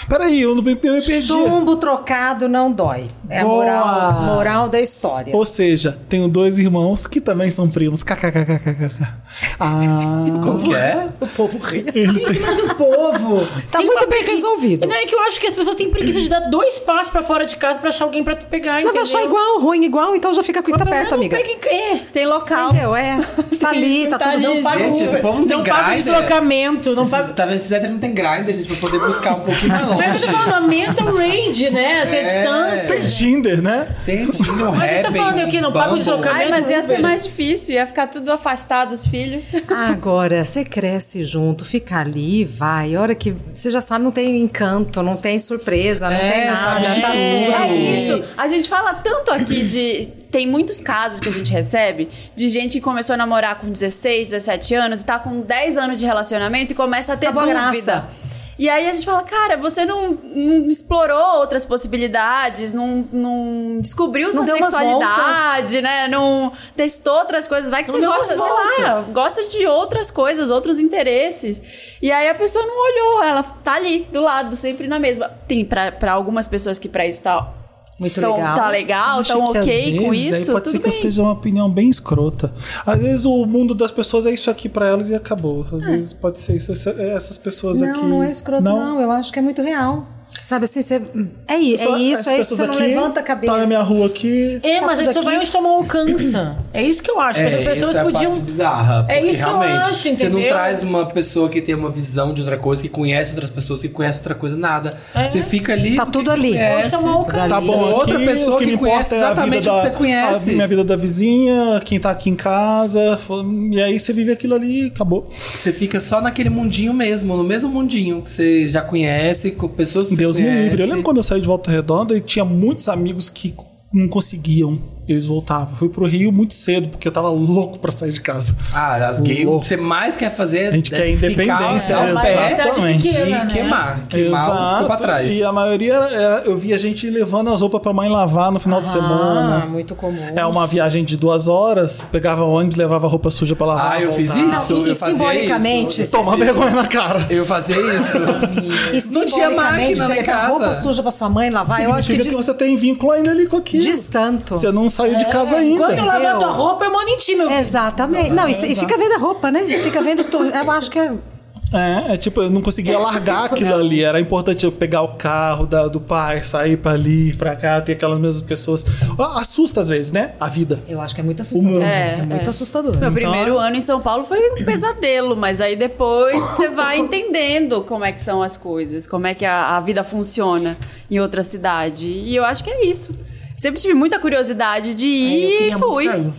Peraí, eu, não, eu me perdi. Chumbo trocado não dói. É a moral, Boa. moral da história. Ou seja, tenho dois irmãos que também são primos. KKKKKK. Ah, Como que é? O povo ri. Mas o povo. Tá tem muito uma bem pregui- resolvido. Não, é que eu acho que as pessoas têm preguiça de dar dois passos pra fora de casa pra achar alguém pra te pegar, Mas entendeu? vai achar igual, ruim igual, então já fica com Mas tá pelo menos perto, não amiga. pega em- é. Tem local. Entendeu? É. Tá ali, tá Tá tudo ali. Não paga Gente, o esse Uber, povo não tem Não paga o grinder. deslocamento, não paga... Esses- Tá vendo? Esses héteros não tem grinder, gente, pra poder buscar um pouquinho mais Mas longe. você tá falando, aumenta o range, né? Assim, a É. distância. Tinder, né? Tem Tinder, um Mas eu tô Happn, falando um aqui, não paga o Bumble. deslocamento. Ai, mas ia Uber. ser mais difícil, ia ficar tudo afastado, os filhos. É. Agora, você cresce junto, fica ali, vai. A hora que você já sabe, não tem encanto, não tem surpresa, não É, tem nada. sabe? Tá É. mudo. É isso. A gente fala tanto aqui de. Tem muitos casos que a gente recebe de gente que começou a namorar com 16, 17 anos e tá com 10 anos de relacionamento e começa a ter Acabou a dúvida. graça. E aí a gente fala, cara, você não, não explorou outras possibilidades, não, não descobriu Não sua deu umas sexualidade, né? Não testou outras coisas. Vai que Não você deu gosta, umas sei lá, voltas. gosta de outras coisas, outros interesses. E aí a pessoa não olhou, ela tá ali, do lado, sempre na mesma. Tem pra, pra algumas pessoas que pra isso tá. Muito tão- legal. Tá Ah, legal, Achei tão então que, às ok com vezes, isso. Aí pode tudo ser que bem. eu esteja uma opinião bem escrota. Às vezes o mundo das pessoas é isso aqui pra elas e acabou. Às vezes pode ser isso. essa- Essas pessoas É. Não, aqui. não é escroto, não. Eu acho que é muito real. Sabe assim, você. É isso, Só essas é isso, é isso. pessoas Você não aqui, levanta a cabeça. Tá na minha rua aqui. É, mas a Tá tudo gente só aqui. vai onde tomar alcança. É isso que eu É, acho. que essas pessoas essa é a podiam. parte bizarra. É porque isso que eu realmente, acho, Você não entendeu? traz uma pessoa que tem uma visão de outra coisa, que conhece outras pessoas, que conhece outra coisa, nada. É. Você fica ali. Tá porque tudo você ali. conhece. Hoje é uma alcança. Tá bom, aqui, Outra pessoa o que, que me conhece importa é a exatamente vida o que da- você conhece. A minha vida da vizinha, quem tá aqui em casa. fo- E aí você vive aquilo ali e acabou. Você fica só naquele mundinho mesmo, no mesmo mundinho que você já conhece, com pessoas que você Deus me conhece. livre. Eu lembro quando eu saí de Volta Redonda e tinha muitos amigos que não conseguiam. Eles voltavam. Fui pro Rio muito cedo, porque eu tava louco pra sair de casa. Ah, as gays, o que você mais quer fazer A gente é quer independência, picar o é, pé exatamente. e pequena, né? queimar. Queimar o ficou pra trás. E a maioria, era- era- eu via gente levando as roupas pra mãe lavar no final de Ah, semana. muito comum. É uma viagem de duas horas, pegava ônibus, levava roupa suja pra lavar. Ah, eu fiz voltava. isso? Não, e- eu e fazia simbolicamente, isso. Tomar vergonha na cara. Eu fazia isso. E Não tinha simbolicamente, máquina você na levar casa. roupa suja pra sua mãe lavar, eu acho que Significa que, diz, você tem vínculo ainda ali com aquilo. diz tanto. Você não saiu de casa ainda. Enquanto eu lavo a Entendeu? tua roupa, eu mando em ti, meu filho. Exatamente. Não, e, e fica vendo a roupa, né? Fica vendo tudo. Eu acho que é. É, é tipo, eu não conseguia largar aquilo ali. Era importante eu pegar o carro da- do pai, sair pra ali, pra cá, ter aquelas mesmas pessoas. Ah, Assusta às vezes, né? A vida. Eu acho que é muito assustador. É, É, muito é. assustador. Meu primeiro eu- ano em São Paulo foi um pesadelo, mas aí depois você vai entendendo como é que são as coisas, como é que a, a vida funciona em outra cidade. E eu acho que é isso. Sempre tive muita curiosidade de eu ir queria e muito fui. sair.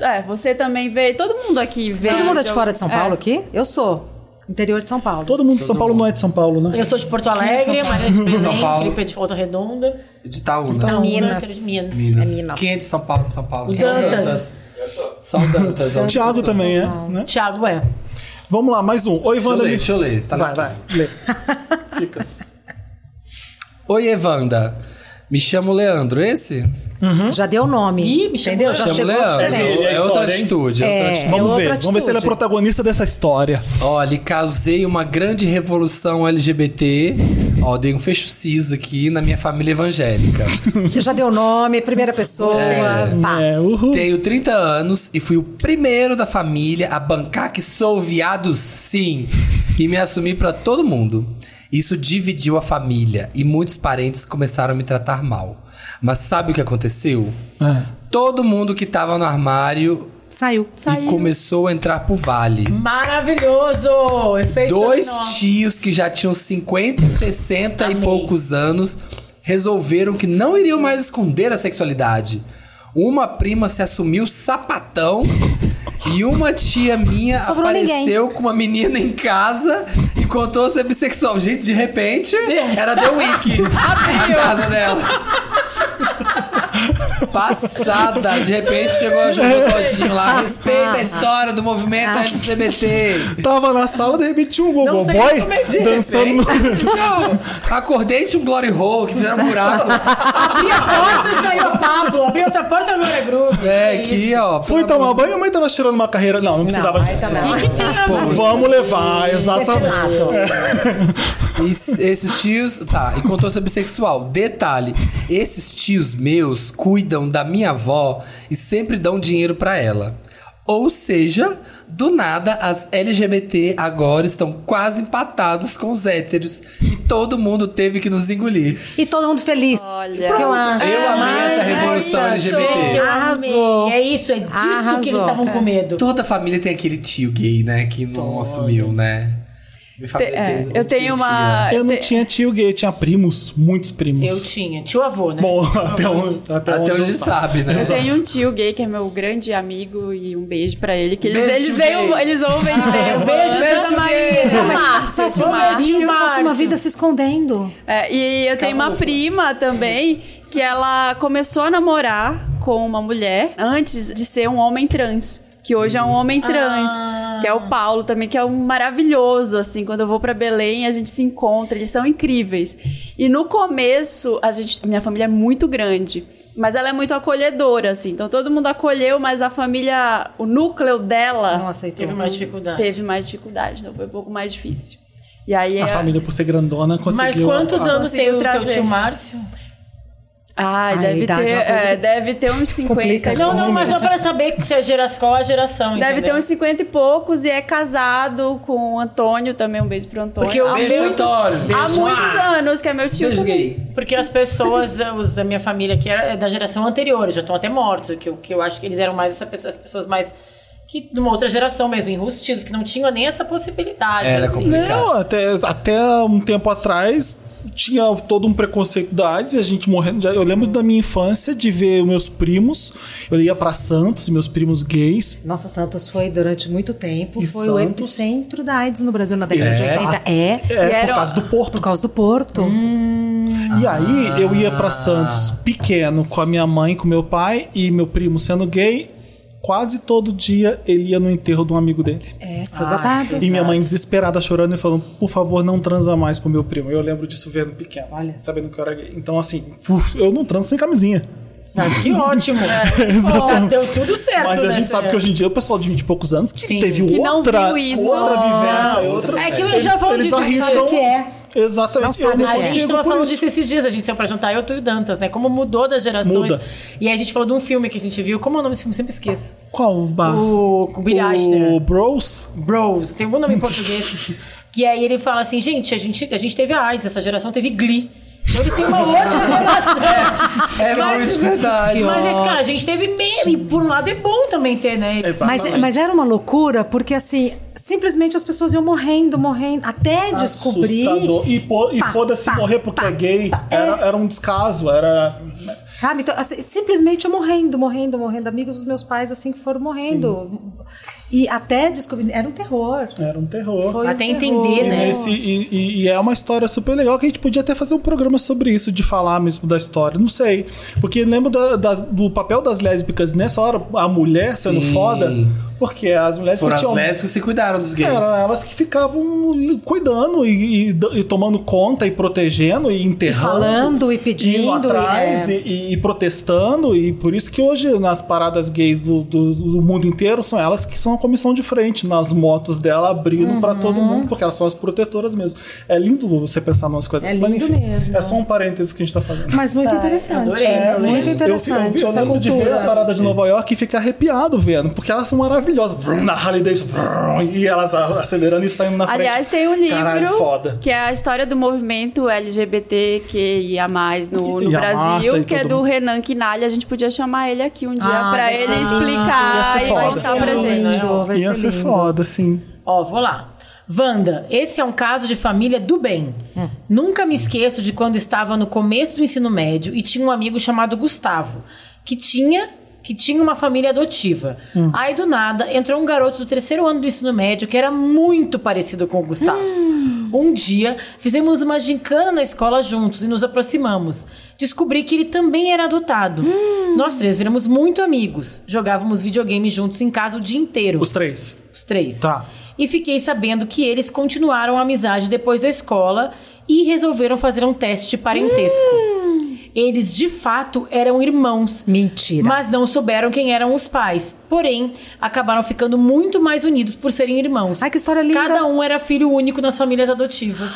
É, você também veio. Todo mundo aqui veio. Todo mundo é de algum- fora de São Paulo É. aqui? Eu sou. Interior de São Paulo. Todo mundo de São Paulo não é de São Paulo, né? Eu sou de Porto Alegre, Maria de São Belém, Paulo. Felipe é de Volta Redonda. De Itaúna. Itaúna, É Minas. aquele de Minas. Minas. É Minas. Quem é de São Paulo? São Paulo. Os Só Antas. Só o Dantas. O Thiago também é, né? Thiago é. Vamos lá, mais um. Oi, Deixa eu Wanda. ler, me- deixa eu ler. você Tá na Vai, tua. vai, lê. Oi, Evanda. Me chamo Leandro, esse? Já deu o nome. Ih, me chamou. entendeu? Já Chamo chegou Leandro. diferente. Ele é a É outra história, hein? atitude. é outra É, atitude. Vamos é ver. outra Vamos ver se ele é atitude. protagonista dessa história. Olha, causei uma grande revolução LGBT. Ó, dei um fecho cis aqui na minha família evangélica. Já deu o nome, primeira pessoa. Ah. Pá. É, uhul. Tenho 30 anos e fui o primeiro da família a bancar que sou viado sim e me assumi pra todo mundo. Isso dividiu a família e muitos parentes começaram a me tratar mal. Mas sabe o que aconteceu? É. Todo mundo que tava no armário Saiu. e começou a entrar pro vale. Maravilhoso! Efeito Dois dominó. tios que já tinham 50, 60 e poucos anos resolveram que não iriam mais esconder a sexualidade. Uma prima se assumiu sapatão e uma tia minha Sobrou apareceu com uma menina em casa e contou ser bissexual. Gente, de repente, era The Wiki na casa dela. Passada, de repente chegou a Jojo Todinho lá. Respeita a história do movimento LGBT. É. Tava na sala, de repente tinha um Não Google sei Boy como é que dançando no. Não, acordei de um glory hole que fizeram um buraco. Abri a porta e saiu a Pablo. Abri outra porta e saiu a Glória Groove. É, aqui, ó. Fui tomar banho, a mãe tava tirando uma carreira. Não, não precisava aí disso. também. O que, que tem a ver? Vamos levar, exatamente. Pecelato. E esses tios. Tá, e contou sobre bissexual. Detalhe: esses tios meus cuidam da minha avó e sempre dão dinheiro pra ela. Ou seja, do nada, as LGBT agora estão quase empatados com os héteros. E todo mundo teve que nos engolir. E todo mundo feliz. Olha, que eu, acho. Eu amei Mas essa é revolução isso. LGBT. eu Arrasou. amei. É isso, é disso que eles Arrasou. estavam com medo. Toda família tem aquele tio gay, né? Que não assumiu, né? Minha família é, um eu tio tio tenho uma- gay. Eu não Te- tinha tio gay, tinha primos, muitos primos. Eu tinha. Tio avô, né? Bom, até onde, até onde Até eu hoje sabe. sabe, né? Eu tenho um tio gay que é meu grande amigo e um beijo pra ele. Que eles, Beijo, eles, tio veem, gay. eles ouvem e veem. Um beijo, tio gay. Tio Mas- Márcio, mas tio vamos, Márcio. Edinho passa uma Márcio. vida se escondendo. É, e eu tenho uma prima também que ela começou a namorar com uma mulher antes de ser um homem trans. Que hoje é um homem trans, que é o Paulo também, que é um maravilhoso, assim. Quando eu vou pra Belém, a gente se encontra, eles são incríveis. E no começo, a gente, minha família é muito grande, mas ela é muito acolhedora, assim. Então todo mundo acolheu, mas a família, o núcleo dela Não aceitou. Teve mais dificuldade. Ah, teve mais dificuldade, então foi um pouco mais difícil. E aí A é- família, por ser grandona, conseguiu... Mas quantos a- anos tem Conseguiu o teu trazer. tio Márcio? Ai, Ai, deve, idade ter, é uma coisa é, que deve ter uns 50. complica, Não, Não, não, mas só pra saber que se é geração, qual a geração, deve ter entendeu? uns 50 e poucos e é casado com o Antônio também. Um beijo pro Antônio. Porque o há, Beijo, muitos, Antônio. há Beijo. muitos anos que é meu tio. Beijo também. gay. Porque as pessoas, os da minha família, que era da geração anterior, já estão até mortos, que eu, que eu acho que eles eram mais essa pessoa, as pessoas mais. que de uma outra geração mesmo, enrustidos, que não tinham nem essa possibilidade. Era assim. complicado. Não, até, até um tempo atrás tinha todo um preconceito da AIDS e a gente morrendo. de- Eu lembro da minha infância de ver meus primos. Eu ia pra Santos, meus primos gays. Nossa, Santos foi durante muito tempo, E foi o Santos? epicentro da AIDS no Brasil na década É. Hum. de 80. É, É, E era- por causa do Porto. por causa do Porto. E aí eu ia pra Santos pequeno com a minha mãe, com meu pai e meu primo sendo gay. Quase todo dia ele ia no enterro de um amigo dele. É, foi babado. E minha mãe desesperada chorando e falando: "Por favor, não transa mais pro meu primo". Eu lembro disso vendo pequeno, sabendo que eu era gay. Então assim, uf, eu não transo sem camisinha. Mas que ótimo. É. Bom, Exatamente. deu tudo certo. Mas a né, gente sabe Fê? que hoje em dia o pessoal de 20 e poucos anos que Sim. teve um Que não outra, viu isso. outra Nossa. vivência. Outra... É que eu já falo eles disso. arriscam. O que é? Exatamente. Não sabe eu o A É. gente consigo estava por falando isso. disso esses dias, a gente saiu pra jantar, eu, tu e o Dantas, né? Como mudou das gerações. Muda. E aí a gente falou de um filme que a gente viu. Como é o nome desse filme? Sempre esqueço. Qual o bar? O com o Billy né? Eichner. Ah. O Bros? Bros, tem um nome em português. que aí ele fala assim, gente, a gente, a gente teve a AIDS, essa geração teve Glee. Então eles têm uma outra relação. É muito verdade. Mas, esse cara, a gente teve meme. E por um lado é bom também ter, né? esse- Exato. Mas, Exatamente. mas era uma loucura, porque assim, simplesmente as pessoas iam morrendo, morrendo, até descobrir, Assustador. E, pô- e Pá, foda-se pá, morrer porque pá, é gay. pá. É. Era, era um descaso, era. sabe? Então, assim, simplesmente eu morrendo, morrendo, morrendo. Amigos dos meus pais, assim, que foram morrendo. E até descobrir, era um terror. Era um terror. Foi Até um entender, E, terror. né? nesse- e- e- e é uma história super legal que a gente podia até fazer um programa sobre isso, de falar mesmo da história. Não sei. Porque lembro da- das- do papel das lésbicas nessa hora, a mulher sendo Sim. foda, porque as mulheres Foram que as tinham. lésbicas que se cuidaram dos gays. Eram elas que ficavam cuidando e, e- e tomando conta e protegendo e enterrando. falando e é. indo pedindo. atrás e, e, e- e protestando, e por isso que hoje nas paradas gays do, do- do mundo inteiro são elas que são a comissão de frente, nas motos dela abrindo Uhum. pra todo mundo, porque elas são as protetoras mesmo. É lindo você pensar nas coisas É dessas, mas lindo enfim, mesmo. É só um parênteses que a gente tá fazendo. Mas muito interessante. adorei. É, Eu muito Eu- interessante Eu, eu, essa lembro de cultura. ver as paradas de Nova York e ficar arrepiado vendo, porque elas são maravilhosas. Vrum, na Harley Davidson, vrum, e elas a- acelerando e saindo na frente. Aliás, tem um livro Caralho, foda. que é a história do movimento LGBTQIA+, no, E- no e a Marta Brasil, e que é todo do mundo. Renan Quinalha. A gente podia chamar ele aqui um dia Ah, pra vai ser ele lindo. explicar Ia ser e foda. contar pra Vai ser gente. lindo, vai Ia ser lindo. foda, sim. Ó, vou lá. Wanda, esse é um caso de família do bem. Hum. Nunca me esqueço de quando estava no começo do ensino médio e tinha um amigo chamado Gustavo, que tinha que tinha uma família adotiva. Hum. Aí do nada entrou um garoto do terceiro ano do ensino médio que era muito parecido com o Gustavo. Hum. Um dia fizemos uma gincana na escola juntos e nos aproximamos. Descobri que ele também era adotado. Hum. Nós três viramos muito amigos. Jogávamos videogame juntos em casa o dia inteiro. Os três. Os três. Tá. E fiquei sabendo que eles continuaram a amizade depois da escola e resolveram fazer um teste de parentesco. Eles de fato eram irmãos, Mentira. mas não souberam quem eram os pais. porém acabaram ficando muito mais unidos por serem irmãos. Ai, que história linda. Cada um era filho único nas famílias adotivas.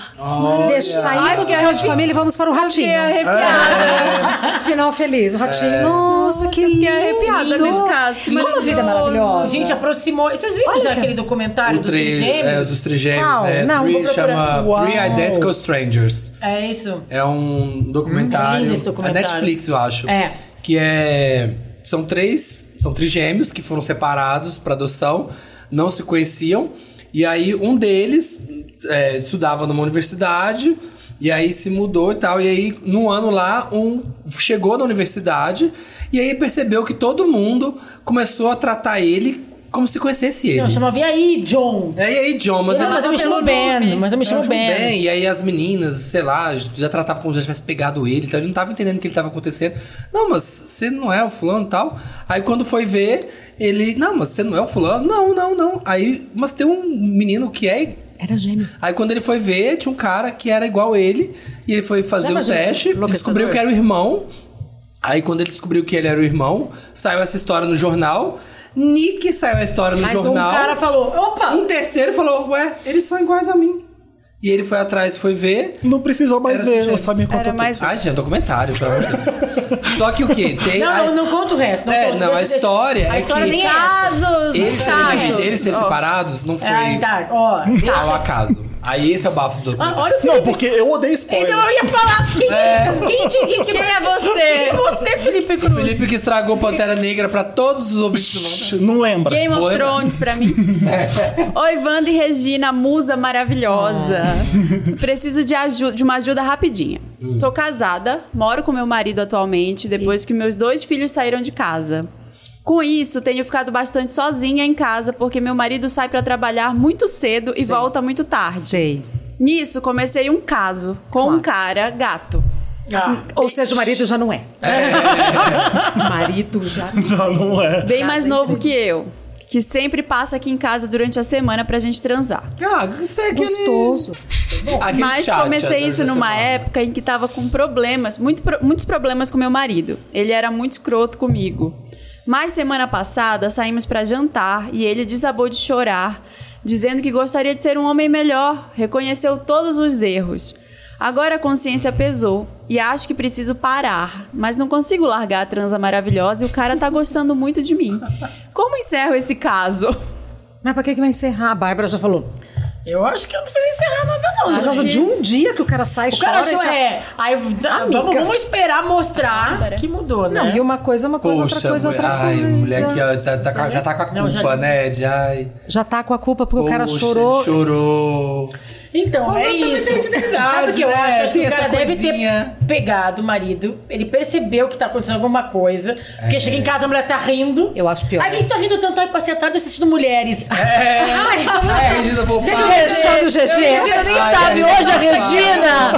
Deixa, saímos do caso de família e vamos para o Fiquei ratinho. É. arrepiada. Final feliz, o ratinho. Nossa, que lindo. fiquei arrepiada nesse caso, que Como a vida é maravilhoso. maravilhosa. Gente, aproximou. Vocês viram já aquele documentário O dos tri, é, trigêmeos? dos trigêmeos, Não, né? não, Three vou procurar. chama Uau. Three Identical Strangers. É isso. É um documentário. É lindo esse É documentário. Netflix, eu acho. É. Que é. São três. São trigêmeos que foram separados para adoção, não se conheciam. E aí um deles é, estudava numa universidade. E aí se mudou e tal. E aí, num ano lá, um chegou na universidade e aí percebeu que todo mundo começou a tratar ele como se conhecesse ele. Não, chamava, e aí, John? É, e aí, John, mas Não, ele mas eu me pelo chamo Ben, nome. mas eu me chamo Tava Ben. Tá bem, e aí as meninas, sei lá, já tratavam como se já tivesse pegado ele, então ele não tava entendendo o que ele tava acontecendo. Não, mas você não é o fulano e tal. Aí quando foi ver, ele, não, mas você não é o fulano? Não, não, não. Aí, mas tem um menino que é. Era gêmeo. Aí quando ele foi ver, tinha um cara que era igual ele, e ele foi fazer o teste, ele descobriu que era o irmão. Aí quando ele descobriu que ele era o irmão, saiu essa história no jornal. Nick saiu a história no Mas jornal. um cara falou, opa, Um terceiro falou, ué, eles são iguais a mim. E ele foi atrás, foi ver. Não precisou mais Era ver, do ela sabe me Era contou mais Ah, gente, é um documentário, pelo amor de Deus. Só que o quê? Tem Não, a- não, não conta o resto. Não É, conta, não, deixa- a deixa- história A é história que- nem é essa. Casos, eles, casos. serem, eles serem Ó. separados não foi Ah, tá, ó. ao acaso. Aí esse é o bafo do Ah, documentário. Olha o Não, Felipe. porque eu odeio spoiler. Então eu ia falar, quem é, quem, te- quem, Quem é Quem é você? você, Felipe Ah, Cruz? Felipe que estragou Pantera Negra pra todos os ouvintes do mundo. Não lembra. Game Vou of lembrar. Thrones pra mim. Oi, Wanda e Regina, musa maravilhosa. Preciso de, aju- de uma ajuda rapidinha. Sou casada, moro com meu marido atualmente, depois que meus dois filhos saíram de casa. Com isso, tenho ficado bastante sozinha em casa, porque meu marido sai pra trabalhar muito cedo e volta muito tarde. Sei. Nisso, comecei um caso com um cara gato. Ah, Ou seja, o marido já não é. marido já. Já não é. Bem mais novo que eu, que sempre passa aqui em casa durante a semana pra gente transar. Ah, isso é aquele... Gostoso. aquele Mas chat, comecei Xander, isso numa você "Ah." época em que tava com problemas, muito pro- muitos problemas com meu marido. Ele era muito escroto comigo. Mas semana passada saímos pra jantar e ele desabou de chorar, dizendo que gostaria de ser um homem melhor, reconheceu todos os erros. Agora a consciência pesou e acho que preciso parar, mas não consigo largar a transa maravilhosa e o cara tá gostando muito de mim. Como encerro esse caso? Mas pra que, que vai encerrar? A Bárbara já falou. eu acho que eu não preciso encerrar nada, Ah, não. Por Acho causa que- de um dia que o cara sai e O cara chora. achou, essa- é. Aí ah, vamos, vamos esperar mostrar que mudou, né? Não, e uma coisa é uma coisa, outra Poxa, coisa é mulher, outra coisa. ai, mulher que ó, tá- tá com a- já tá com a culpa, Não, já- né? De, ai, Já tá com a culpa porque o cara poxa, chorou. Chorou. Então, Mas é eu também isso. tenho fidelidade, Sabe o que eu né? acho? Acho que Tem o cara essa deve coisinha. ter pegado o marido, ele percebeu que tá acontecendo alguma coisa, É. porque chega em casa, a mulher tá rindo. Eu acho pior. Ai, quem tá rindo tanto? Ai, passei a tarde assistindo mulheres. É. Ai, Ai, Regina Volpato. Deixando o GG. Regina nem Ai, sabe Regina hoje, a Volpato. Ai,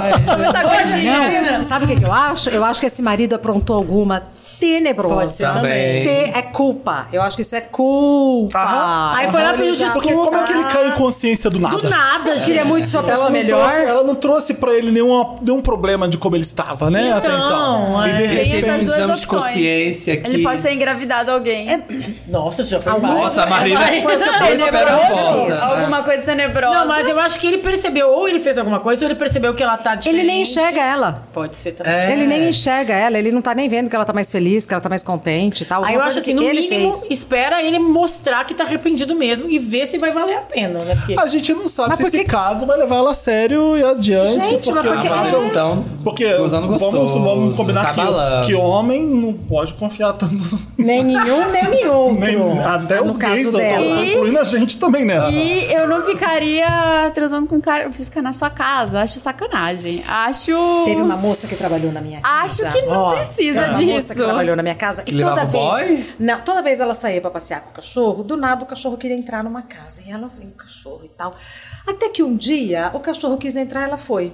Regina! Regina. Hoje, Regina! Sabe o que, que eu acho? Eu acho que esse marido aprontou alguma tenebrosa. Pode ser também. Te- É culpa. Eu acho que isso é culpa. Aham. Aí foi lá Olha, pedir já- desculpa. Porque como é que ele caiu em consciência Ah, do nada? Do nada, Eu gente. queria é muito sua Ela pessoa então, não, melhor. Trouxe, ela não trouxe pra ele nenhum, nenhum problema de como ele estava, né? até então. Então, E de é. repente- Tem essas um duas exame de opções. consciência que- Ele pode ter engravidado alguém. Nossa, já foi mais. Nossa, a Marina Foi o que eu dois pensei. pés na tá. porta. Alguma coisa tenebrosa. Não, mas eu acho que ele percebeu, ou ele fez alguma coisa, ou ele percebeu que ela tá diferente. assim, Ele nem enxerga ela. Pode ser também. É. Ele nem enxerga ela, ele não tá nem vendo que ela tá mais feliz, que ela tá mais contente e tal. Aí eu Alguma acho coisa assim, no que ele mínimo, fez. espera ele mostrar que tá arrependido mesmo e ver se vai valer a pena, né? Ah. Porque... A gente não sabe Mas se por esse que- caso vai levar ela a sério e adiante. Gente, mas porque... por que- Ah, mas então, Porque gozando vamos, gostoso, vamos combinar tá que, balando. que homem não pode confiar tanto nos- Nem nenhum, nem nenhum. nem- até um no os caso gays, eu tô- dela. tô incluindo a gente também nessa. E eu não ficaria transando com um cara. Você ficar na sua casa. Acho sacanagem. Acho. Teve uma moça que trabalhou na minha Acho casa. que não Ó, precisa é Uma moça que disso. trabalhou na minha casa. Que e toda levava vez. boy? Não, toda vez ela saía pra passear com o cachorro, do nada o cachorro queria entrar numa casa. E ela vem o cachorro e tal. Até que um dia o cachorro quis entrar, ela foi.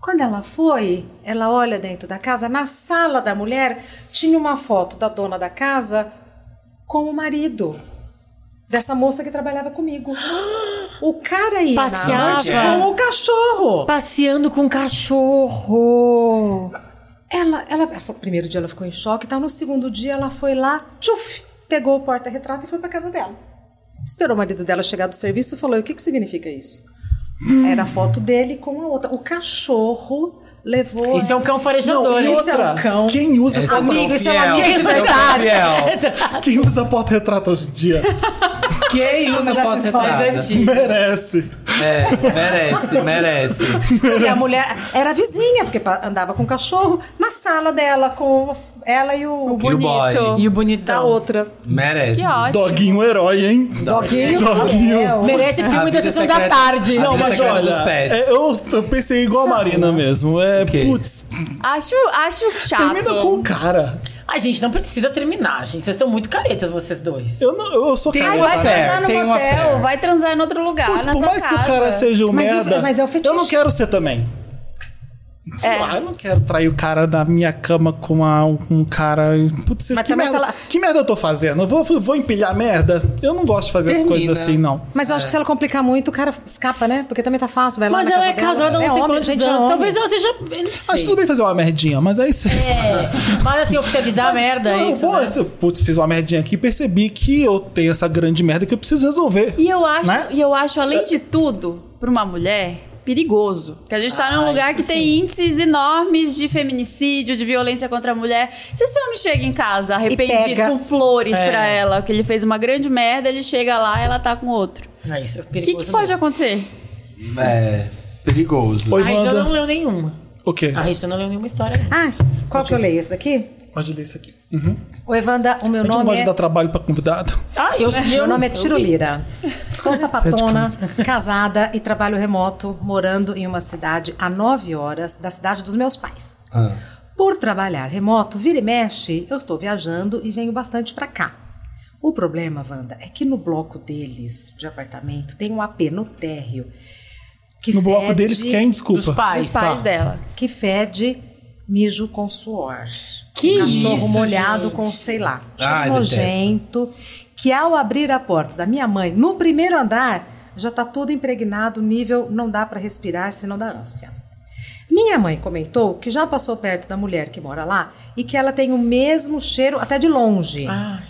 Quando ela foi, ela olha dentro da casa, na sala da mulher tinha uma foto da dona da casa com o marido. Dessa moça que trabalhava comigo. O cara ia Passeava. na noite com o cachorro. Passeando com um cachorro. Ela, ela, ela falou- primeiro dia ela ficou em choque e tal. No segundo dia ela foi lá, tchuf, pegou o porta-retrato e foi para casa dela. Esperou o marido dela chegar do serviço e falou: O que, que significa isso? Era a foto dele com a outra. O cachorro levou. Isso é um cão Não, é farejador. e hein? outra, um cão. quem usa Esse porta- Amigo, isso é um fiel. amigo de Esse é um verdade. fiel. quem usa porta-retrato hoje em dia Quem usa essas foto Mas retrata? é antigo. merece. É, merece, merece. E a mulher era vizinha, porque pa- andava com o cachorro na sala dela, com ela e o, E o boy, Bonito. E o da bonitão. outra. merece. Que ótimo. Doguinho um herói, hein? Doguinho. É, Doguinho. Daniel. Merece A filme vida da sessão secreta- da tarde. a Não, vida mas secreta olha, dos pets. é, eu, eu pensei igual a Marina mesmo. É, Ok. putz, Acho, acho chato. termina com o cara. A gente não precisa terminar, gente. Vocês estão muito caretas, vocês dois. Eu, não, eu sou Tem cara. uma Vai fé. transar tem no uma fé. hotel, vai transar em outro lugar, Putz, na por sua mais casa. que o cara seja um Mas o- merda, mas é o fetiche. eu não quero ser também. Sei É. lá, eu não quero trair o cara da minha cama com uma- um cara. Putz, Mas que também, merda, sei lá- que merda eu tô fazendo? Eu vou, vou empilhar merda? Eu não gosto de fazer Termina. as coisas assim, não. Mas eu acho que se ela complicar muito, o cara escapa, né? Porque também tá fácil, vai lá É. Mas na ela casa é casada há dela. não é sei homem, quantos gente, é anos. homem. Talvez ela seja. Eu não sei. Acho tudo bem fazer uma merdinha, mas aí você. É. Mas assim, oficializar a merda, é eu, isso. vou- né? Putz, fiz uma merdinha aqui e percebi que eu tenho essa grande merda que eu preciso resolver. E eu acho, Né? e eu acho além de tudo, pra uma mulher, perigoso. Porque a gente tá Ah, num lugar isso que tem sim. índices enormes de feminicídio, de violência contra a mulher. Se esse homem chega em casa arrependido, pega. com flores É. pra ela, que ele fez uma grande merda, ele chega lá ela tá com outro. É isso, é O que, perigoso. que pode mesmo. acontecer? É, perigoso. Oi, A gente Wanda. não leu nenhuma. O quê? A gente não leu nenhuma história. ainda. Ah, qual que eu leio? Esse daqui? Pode ler isso aqui. Uhum. O Evanda, o meu A gente não nome gosta de é... dar trabalho pra convidado. Ah, eu. eu Meu nome é eu- Tirolira. Sou sapatona, Sete casada e trabalho remoto, morando em uma cidade a nove horas da cidade dos meus pais. Ah, Por trabalhar remoto, vira e mexe, eu estou viajando e venho bastante para cá. O problema, Wanda, é que no bloco deles de apartamento tem um AP no térreo. Que No bloco fede- deles, quem? Desculpa. Dos pais. Os pais tá. dela. Que fede mijo com suor. Que Cachorro isso, molhado gente. com sei lá. cheiro Ai, detesto. nojento. Que ao abrir a porta da minha mãe, no primeiro andar, já está todo impregnado, nível não dá para respirar, senão dá ânsia. Minha mãe comentou que já passou perto da mulher que mora lá e que ela tem o mesmo cheiro até de longe. Ah,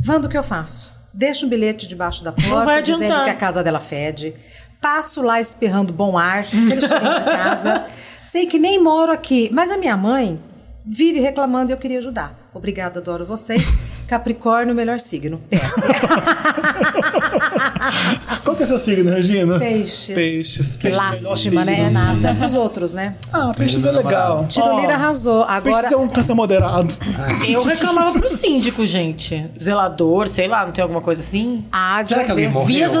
Vando, o que eu faço? Deixo um bilhete debaixo da porta vai dizendo adiantar. que a casa dela fede. Passo lá esperrando bom ar, aquele cheirinho de casa. Sei que nem moro aqui, mas a minha mãe vive reclamando e eu queria ajudar. Obrigada, adoro vocês. Capricórnio, melhor signo. PS. Qual que é seu signo, Regina? Peixes. Peixes. Que Peixes, melhor lástima, né? É signo. nada. Pros outros, né? Ah, peixes é legal. Tirolira arrasou. Agora, Peixes é um câncer moderado. Ah, eu reclamava pro síndico, gente. Zelador, sei lá, não tem alguma coisa assim? a água Será que alguém verde. morreu? Vias lá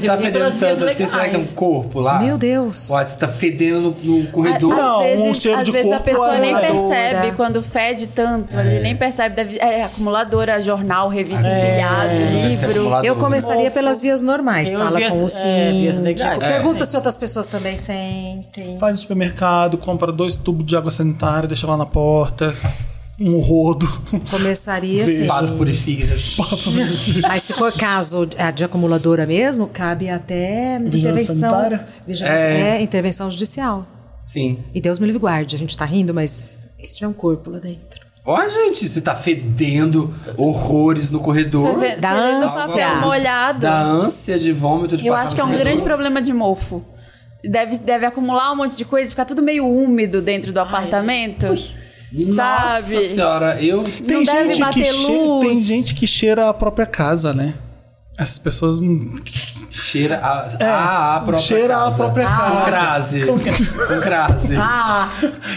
dentro? Você eu tá vi fedendo pelas tanto vias assim, será que tem um legais. corpo lá? Meu Deus. Ó, você tá fedendo no, no corredor. Às Não, um vezes, cheiro às de vezes a corpo pessoa nem acumuladora. percebe quando fede tanto, ele nem percebe. Deve, é acumuladora, jornal, revista É. empilhada, É, Deve ser livro. acumulador. Eu começaria pelas vias normais. Eu Fala vi as- com o é, vias síndico. legais. Pergunta se outras pessoas também sentem. Faz no supermercado, compra dois tubos de água sanitária, deixa lá na porta. Um rodo. Começaria Veja. assim. Pato purifica. Mas se for caso de- a de acumuladora mesmo, cabe até intervenção. sanitária? Vigilância, É. é, intervenção judicial. Sim. E Deus me livre e guarde, a gente tá rindo, mas e se tiver um corpo lá dentro. Ó, gente, você tá fedendo horrores no corredor. Fe- Da Tá fedendo ânsia. papel molhado. Da ânsia de vômito de Eu passar acho que é no um corredor. grande problema de mofo. Deve, deve acumular um monte de coisa, ficar tudo meio úmido dentro do apartamento. Nossa Sabe? senhora, eu. Tem deve gente, que bater cheira, luz. tem gente que cheira a própria casa, né? Essas pessoas. hum, Cheira a, a, a própria É, cheira casa. a própria Com casa. crase. Com crase. Ah,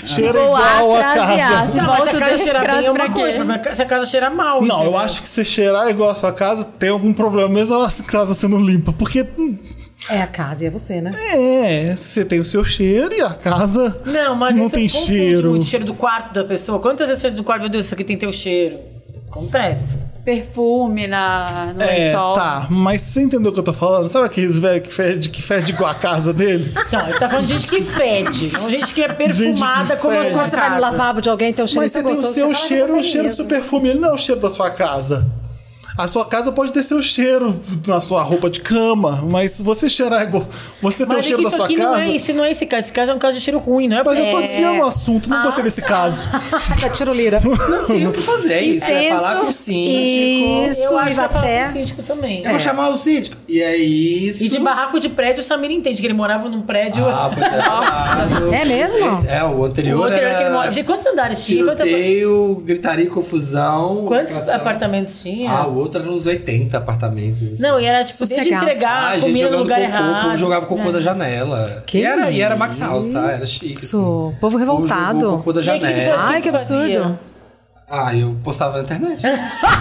Cheira Vou igual a atrasear, casa. se não, mas se volta a casa de cheirar bem crase é pra uma quê? coisa. mas Se a casa cheira mal. Não, eu entendeu? acho que você cheirar igual a sua casa tem algum problema, mesmo ela- a casa sendo limpa. Porque hum, É a casa e é você, né? é, você tem o seu cheiro e a casa Não, mas não isso tem confunde cheiro. muito o cheiro do quarto da pessoa. Quantas vezes o cheiro do quarto, meu Deus, isso aqui tem teu cheiro? Acontece. Perfume na, no né, É, lençol. tá, mas você entendeu o que eu tô falando? Sabe aqueles velhos que fede, que fede igual a casa dele? Então, eu tá falando de gente que fede. Não gente que é perfumada que como a fede. sua Quando você vai no casa. lavabo de alguém, tem um cheiro mas tão você tem o gostoso, seu fala, "Ah, cheiro, você o cheiro do mesmo." seu perfume, ele não é o cheiro da sua casa. A sua casa pode ter seu cheiro na sua roupa de cama, mas se você cheirar igual. Você tem o Mas é cheiro que da isso sua aqui casa. não é esse, não é esse caso. Esse caso é um caso de cheiro ruim, não é? Mas eu tô desviando o assunto, não gostei Ah. desse caso. da tirolira. Tem o que fazer, é isso. É Incenso falar com o síndico. Isso, eu acho que eu falo com o Ivaté. síndico também. É. É. Eu vou chamar o síndico. E é isso. E de barraco de prédio, o Samir entende que ele morava num prédio. Ah, pois é. Nossa. É mesmo? É, o o anterior, outro era que ele morava. era... De quantos andares tinha? Quantos, apa- Tiroteio, gritaria, confusão. quantos ocupação. apartamentos tinha? Ah, o outro era uns 80 apartamentos. assim. não, e era tipo, desde Sossegado. entregar Ah, a gente comida no jogando lugar cocô, o povo errado. É. né? jogava cocô da janela. Que e, era, e era Max House, tá? Era chique. isso? assim. Povo revoltado. O povo jogou cocô da E aí, é que que janela. fazia? Ai, que fazia? absurdo. Ah, eu postava na internet.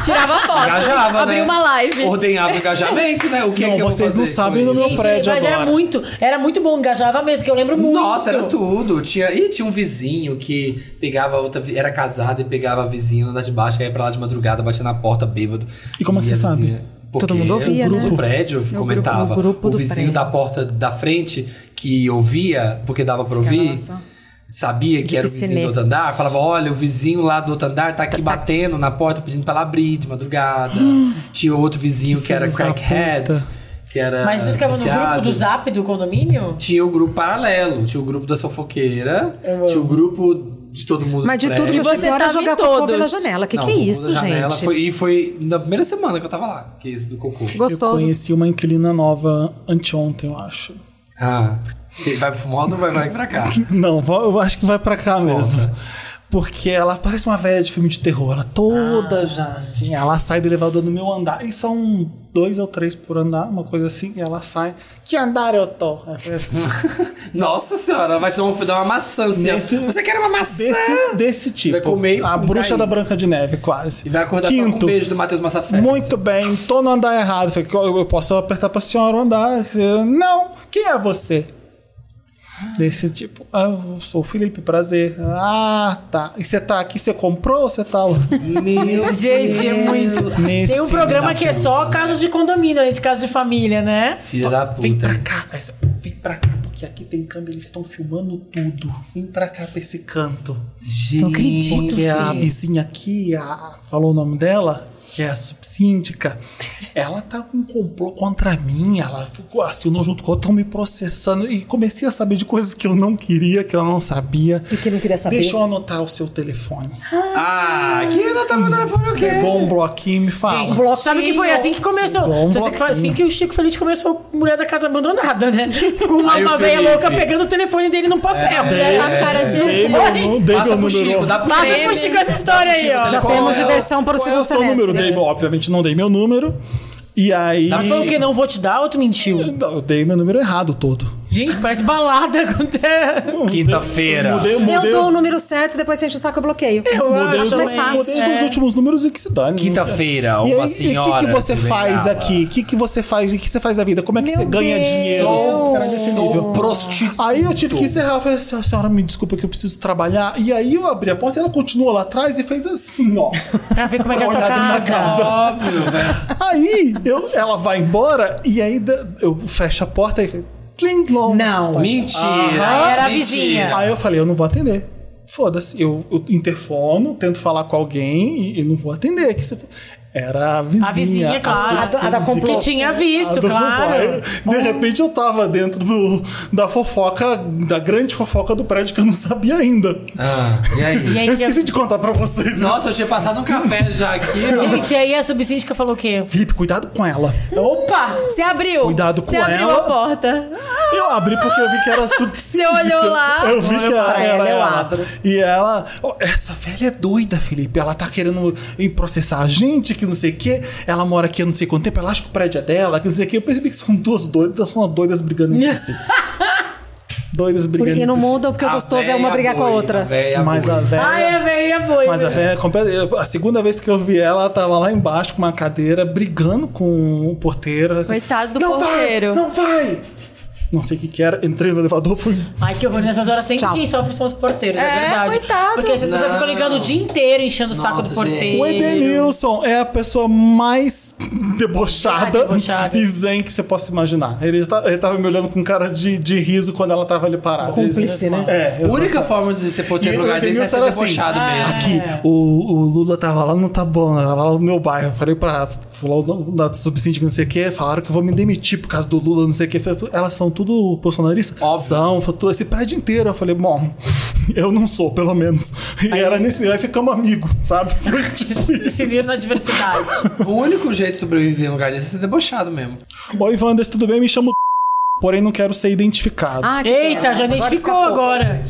Tirava foto. Engajava, abriu né? uma live. Ordenhava o engajamento, né? O que é Não, que eu vou vocês fazer não com sabem isso? do meu Gente, prédio mas era agora. muito, era muito bom, engajava mesmo, que eu lembro muito. Nossa, era tudo. Tinha, e tinha um vizinho que pegava outra. vi- Era casado e pegava a vizinha lá de baixo, que ia pra lá de madrugada, batia na porta bêbado. E como é que a você sabe? vizinha- Porque Todo mundo ouvia, o grupo né? do prédio comentava. grupo- o grupo o do vizinho prédio. da porta da frente, que ouvia, porque dava pra ouvir. Sabia que De era o vizinho do piscineta. outro andar, falava: Olha, o vizinho lá do outro andar tá aqui batendo na porta pedindo pra ela abrir de madrugada. Tinha outro vizinho que, era Hum. filhos da crackhead, puta. que era. Mas isso ficava no grupo viciado. do zap do condomínio? Tinha o grupo paralelo, tinha o grupo da fofoqueira, tinha o grupo de todo mundo. Mas de do tudo que prédio. você você pior é tava em jogar cocô todos. pela janela. Que Não, que é o grupo isso, da janela gente? foi- e foi na primeira semana que eu tava lá, que é esse do cocô. Eu Gostoso. conheci uma inquilina nova anteontem, eu acho. Ah, ele vai pro fumoto ou vai, vai pra cá? Não, vó- eu acho que vai pra cá mesmo. Porque ela parece uma velha de filme de terror. Ela toda Ah. já, assim. Ela sai do elevador no meu andar. E são dois ou três por andar, uma coisa assim. E ela sai. Que andar eu tô? Ela fez assim, Nossa senhora, ela vai te dar uma, dar uma maçã assim. ó. Nesse- Você quer uma maçã? Desse, desse tipo. Vai comer e a vai bruxa cair. da Branca de Neve, quase. E vai acordar só com um Quinto. beijo do Matheus Massafé. Muito bem, tô no andar errado. Falei, eu eu posso apertar pra senhora o andar? Eu, Não, quem é você? Desse tipo, ah, eu sou o Felipe, prazer. Ah, tá. E você tá aqui, você comprou ou você tá lá? Meu Gente, é muito. Nesse Tem um programa que é só casos de condomínio, né, de casos de família, né? Filha da Vem pra puta. cá. Aí você, Vem pra cá, porque aqui tem câmera, eles estão filmando tudo. Vem pra cá pra esse canto. Gente, Porque a vizinha aqui, a- falou o nome dela, que é a subsíndica, ela tá com um complô contra mim, ela ficou- assinou junto com ela, estão me processando. E comecei a saber de coisas que eu não queria, que eu não sabia. E que não queria saber. Deixa eu anotar o seu telefone. Ah, que não tá meu telefone o quê? Pegou um bloquinho e me fala. Sabe que foi assim que começou? Bom Então, assim, que foi assim bloquinho. que o Chico Feliz começou Mulher da Casa Abandonada, né? Com uma, Aí o uma velha Felipe. louca pegando o telefone dele num papel. É, a cara de É, Dei meu nu- dei Passa meu pro número. Chico, dá pro Passa Chico. pro Chico essa história aí, ó. Já Qual temos é o- diversão para o Qual é o segundo seu número? Dei, semestre. meu- obviamente não dei meu número. E Tá aí. Dá pra Falou que não vou te dar, outro mentiu. Não, eu dei meu número errado todo. Gente, parece balada. Quinta-feira. Mudei, Eu mudei, dou o número certo, depois se enche o saco, eu bloqueio. Eu mudei os, acho dois, mais também. fácil. mudei os dois É. últimos números e que se dane. Quinta-feira, E aí, uma e o senhora. que, que você se faz vengava. aqui? O que, que você faz? O que você faz da vida? Como é que Meu você ganha Deus. dinheiro? Sou, Cara, nesse nível. sou prostituto. Aí eu tive que encerrar. Eu falei assim, "A senhora, me desculpa que eu preciso trabalhar. E aí eu abri a porta e ela continuou lá atrás e fez assim, ó. Pra ver como é que é a tua Olhada na casa. casa. Óbvio, velho. aí eu, ela vai embora e ainda eu fecho a porta e falei, "Tling, long." Não. Mentira. Aí era mentira. a vizinha. Aí eu falei, eu não vou atender. Foda-se, eu, eu interfono, tento falar com alguém e, e não vou atender. Que se- Era a vizinha. A vizinha, claro. subsíndica. A da- a da complô. Que tinha visto, Ah, do Fubai. claro. De repente eu tava dentro do, da fofoca, da grande fofoca do prédio que eu não sabia ainda. Ah, e aí? E aí, eu É que- esqueci de contar pra vocês. Nossa, eu tinha passado um café já aqui. gente, aí a subsíndica falou o quê? Felipe, cuidado com ela. Opa! Você abriu. Cuidado com Você abriu ela. a porta. Eu abri porque eu vi que era subsídio. Você olhou lá, Eu vi que olhou era pra ela. ela, eu ela. abro. E ela... "Oh, essa velha é doida, Felipe. Ela tá querendo ir processar a gente, que não sei o quê. Ela mora aqui há não sei quanto tempo. Ela acha que o prédio é dela, que não sei o quê. Eu percebi que são duas doidas. São doidas brigando entre si. doidas brigando Porque não entre si. mudam, porque o gostoso é uma brigar com a outra. É Mas a velha... é Ai, a velha boi. É. Mas a velha. véia é completa. eu- A segunda vez que eu vi ela, ela tava lá embaixo com uma cadeira, brigando com o porteiro. assim, Coitado do não porteiro." Vai, não vai! Não sei o que, que era, entrei no elevador, fui. Ai, que horror. Nessas horas sempre Tchau. quem sofre são os porteiros, é, É, verdade. coitado. Porque essas pessoas Não. ficam ligando o dia inteiro, enchendo o saco Nossa, do gente. porteiro. O Edenilson é a pessoa mais debochada, Ah, debochada. e zen que você possa imaginar. Ele, tá, ele tava me olhando com cara de, de riso quando ela tava ali parada. Cúmplice, né? É, A única forma de você poder ter E no lugar o desse é Edenilson ser era assim, debochado mesmo. Aqui, o, o Lula tava lá no Tabona, tava lá no meu bairro. Eu falei pra fulano da subsíndica, não sei o quê, falaram que eu vou me demitir por causa do Lula, não sei o quê. Eu falei, Elas são tudo bolsonaristas? Óbvio. São, foi todo esse prédio inteiro. Eu falei, bom, eu não sou, pelo menos. E era nesse nível, aí ficamos amigos, sabe? Foi tipo isso. Se liga na diversidade. O único jeito de sobreviver em lugar desse é ser debochado mesmo. Bom, Ivanders, tudo bem? Me chamo Porém, não quero ser identificado. Ah, que é? Eita, pena. já Agora identificou escapou. agora.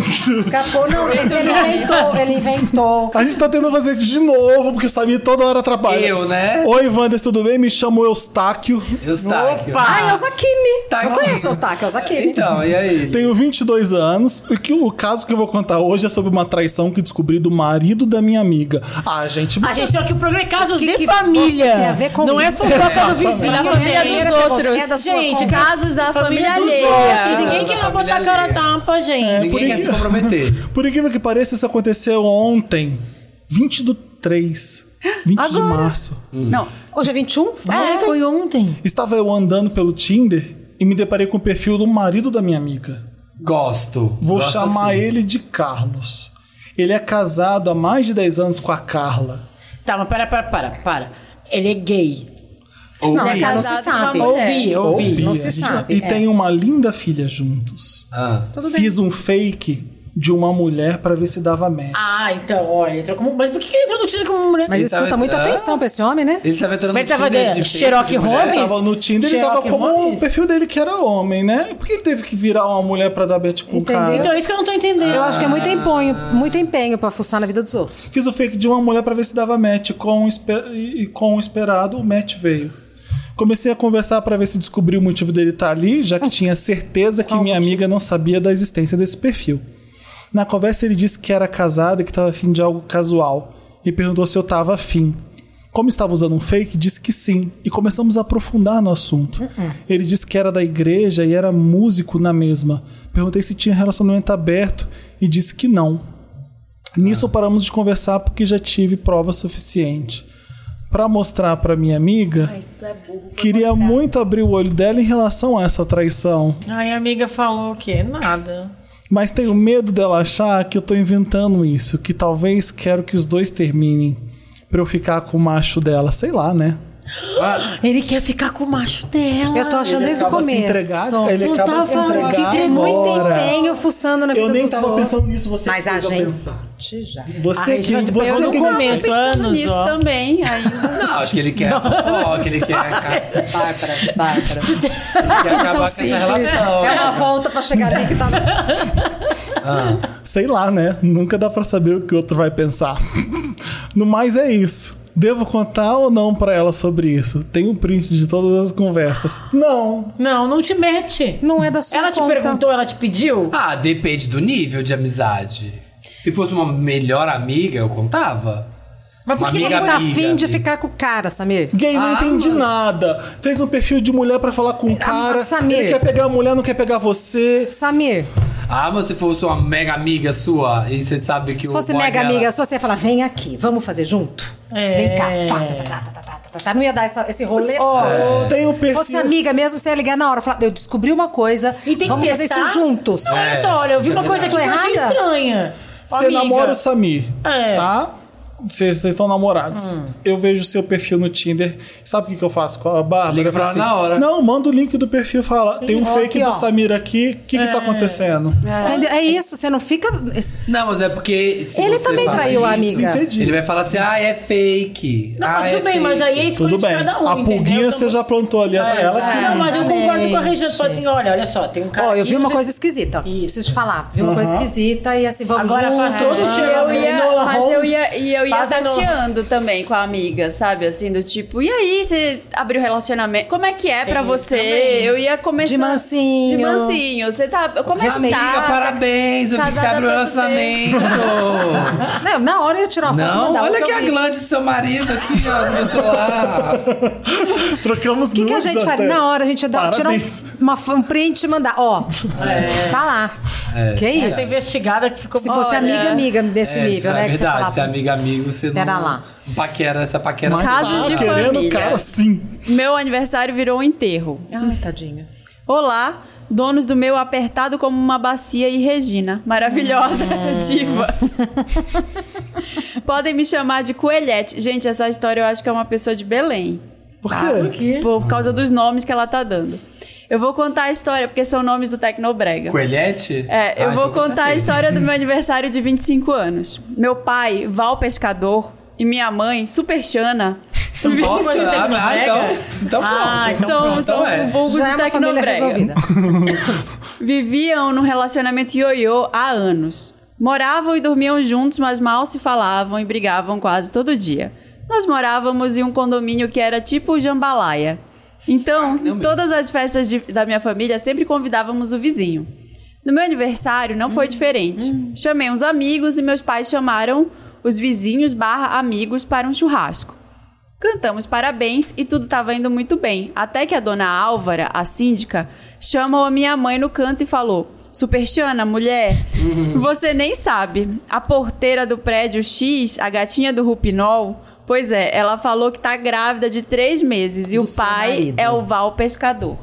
Escapou, não. Ele inventou, ele inventou. A gente tá tendo que fazer isso de novo, porque o Samir toda hora atrapalha. Eu, né? Oi, Wanders, tudo bem? Me chamo Eustáquio. Eu Opa! Ah, é o Zaquini. Tá não aqui. conheço o Eustáquio, é o Zaquini. Então, e aí? Tenho 22 anos e que o caso que eu vou contar hoje é sobre uma traição que descobri do marido da minha amiga. Ah, gente, A gente tem aqui o programa Casos O que de que Família. você tem a ver com Não é isso? fofoca do vizinho, Da família gente. dos fofoca, outros. é da sua gente, conta. casos da família, dos outros. alheia. Ninguém Da quer família botar a cara a alheia. tapa, gente. Ninguém por quer isso- se comprometer. por incrível que pareça, isso aconteceu ontem, 20 do 3, 20 de Agora. março. Não. Hoje é 21? É, foi ontem. Estava eu andando pelo Tinder e me deparei com o perfil do marido da minha amiga. Gosto. Vou Gosto assim. chamar sim. ele de Carlos. Ele é casado há mais de 10 anos com a Carla. Tá, mas para, para, para, para. Ele é gay. Ou Ah. Não, é ele. cara, não se Casado com sabe. a Ou É. bi, ou bi. não a se gente sabe, E é. tem uma linda filha juntos. Ah. Tudo bem. Fiz um fake de uma mulher pra ver se dava match. Ah, então, olha, entrou como. Mas por que que ele entrou no Tinder como mulher? Mas Ele isso tava- conta muita Então, Ah. atenção pra esse homem, né? Ele tava entrando Mas ele tava Tinder de fake, Sherlock de é mulher. Ele Holmes? tava no Tinder, ele tava Sherlock como Holmes? o perfil dele que era homem, né? Por que ele teve que virar uma mulher pra dar bet com o Entendeu? cara? Então, é isso que eu não tô entendendo. Eu acho que é muito empenho, muito empenho pra fuçar na vida dos outros. Fiz o fake de uma mulher pra ver se dava match. Com o espe- e e com o esperado, o match veio. Comecei a conversar pra ver se descobri o motivo dele estar ali, já que tinha certeza que minha amiga não sabia da existência desse perfil. Na conversa ele disse que era casado e que estava afim de algo casual e perguntou se eu estava afim. Como estava usando um fake, disse que sim e começamos a aprofundar no assunto. Ele disse que era da igreja e era músico na mesma. Perguntei se tinha relacionamento aberto e disse que não. Nisso paramos de conversar porque já tive prova suficiente. Pra mostrar pra minha amiga, Mas tu é burro. queria muito abrir o olho dela em relação a essa traição, Aí a amiga falou o quê? Nada. mas tenho medo dela achar que eu tô inventando isso, que talvez quero que os dois terminem pra eu ficar com o macho dela, sei lá, né? Ele quer ficar com o macho dela. Eu tô achando desde o Ah, acaba se começo. entregar- ele Tu acaba tá se falando entregar que Tem tem muito agora. empenho fuçando na vida Eu nem dos tava outros. pensando nisso, você tá Mas a precisa gente pensar. já. Você Ai, que gente, você eu não que- começo. Penso Pensando anos, nisso ó. também. Ainda. Não, acho que ele quer fofoca, ele quer, É ele Bárbara, Bárbara. quer acabar com essa relação. tá É né? uma volta pra chegar ali que tá... Ah, Sei lá, né? Nunca dá pra saber o que o outro vai pensar. no mais é isso. Devo contar ou não pra ela sobre isso? Tenho print de todas as conversas. Não. Não, não te mete. Não é da sua Ela te conta. perguntou, ela te pediu? Ah, depende do nível de amizade. Se fosse uma melhor amiga, eu contava. Mas por uma que amiga Quem tá amiga, afim de amiga. ficar com o cara, Samir? Gay, não Ah, entendi mas- É, nada. Fez um perfil de mulher pra falar com o cara. Samir. Ele quer pegar a mulher, não quer pegar você. Samir, Ah, mas se fosse uma mega amiga sua e você sabe que se o fosse boy mega dela- amiga, se você ia falar, vem aqui, vamos fazer junto? É. Vem cá. Tá, tá, tá, tá, tá, tá, tá, tá, tá. Não ia dar essa- esse rolê. Tem o Se perfil. fosse amiga mesmo, você ia ligar na hora. Falar, eu descobri uma coisa, E tem vamos que fazer testar? isso juntos. Não, olha só, olha, eu vi isso é uma coisa aqui que verdade. eu achei Tô errada? estranha. Ó, Você amiga, namora o Samir, É. tá? Vocês vocês estão namorados. Eu vejo o seu perfil no Tinder. Sabe o que, que eu faço com a Bárbara? Liga pra Eu ela falo na hora. Não, manda o link do perfil e fala. Tem um Ó, fake aqui, do ó. Samir aqui. O que, que tá acontecendo? Entendeu? É isso, você não fica. Não, mas é porque. se Ele você também faz traiu a isso, amiga. Entendi. Ele vai falar assim: ah, é fake. Não, ah, mas é tudo bem, fake. mas aí é escolha Tudo de bem. cada um, a entendeu? pulguinha você Então- já plantou ali. É, ela que Não, mas eu concordo com a Regina. Tipo assim, olha, olha só, tem um cara Ó, eu aqui, vi uma você- coisa esquisita. Isso. Preciso te falar. Vi uma coisa esquisita e assim, vamos Agora juntos. faz todo o É. cheiro. Eu ia, mas eu ia, e eu ia Fazem no- tateando também com a amiga, sabe? Assim, do tipo, e aí, você abriu relacionamento? Como é que é pra isso você? também. Eu ia começar. De mansinho. De mansinho. Você tá. Como é que Amiga, tá? Amiga, parabéns, eu vi que você casada abriu um há tanto relacionamento. Não, na hora eu ia tirar uma foto e Não, mandar olha o aqui a eu vi. glande do seu marido aqui, ó, no meu celular. Trocamos O que, que a gente faria? Na hora a gente ia dar, tirar um, Parabéns. Tá uma, f- um print e mandar. Ó, tá lá. É, Que Essa isso? investigada que ficou Se fosse Olha, amiga, amiga desse É, isso nível, né? É que você verdade, falava. se é amiga, amigo, você não. Pera lá. não Paquera, essa paquera. não Casos dá. de Querendo família. cara assim. sim. Meu aniversário virou um enterro. Ah, tadinha. Olá, donos do meu apertado como uma bacia e Regina. Maravilhosa É. diva. Podem me chamar de Coelhete. Gente, essa história eu acho que é uma pessoa de Belém. Por quê? Por causa dos nomes que ela tá dando. Eu vou contar a história, porque são nomes do Tecnobrega. Coelhete? É, eu Ah, vou então, com contar a certeza. história do meu aniversário de 25 anos. Meu pai, Val Pescador, e minha mãe, Super Xana, Nossa, Coisa de ah, ah, então. Então Ah, pronto. então são, pronto, são é. vulgos Já é do uma família Tecnobrega. resolvida. Viviam num relacionamento ioiô há anos. Moravam e dormiam juntos, mas mal se falavam e brigavam quase todo dia. Nós morávamos em um condomínio que era tipo jambalaya. Então, todas as festas de- da minha família sempre convidávamos o vizinho. No meu aniversário não Hum. foi diferente. Chamei uns amigos e meus pais chamaram os vizinhos barra amigos para um churrasco. Cantamos parabéns e tudo estava indo muito bem. Até que a dona Álvara, a síndica, chamou a minha mãe no canto e falou: Superchana, mulher, você nem sabe. A porteira do prédio X, a gatinha do Rupinol, pois é, ela falou que tá grávida de três meses e o pai é o Val Pescador.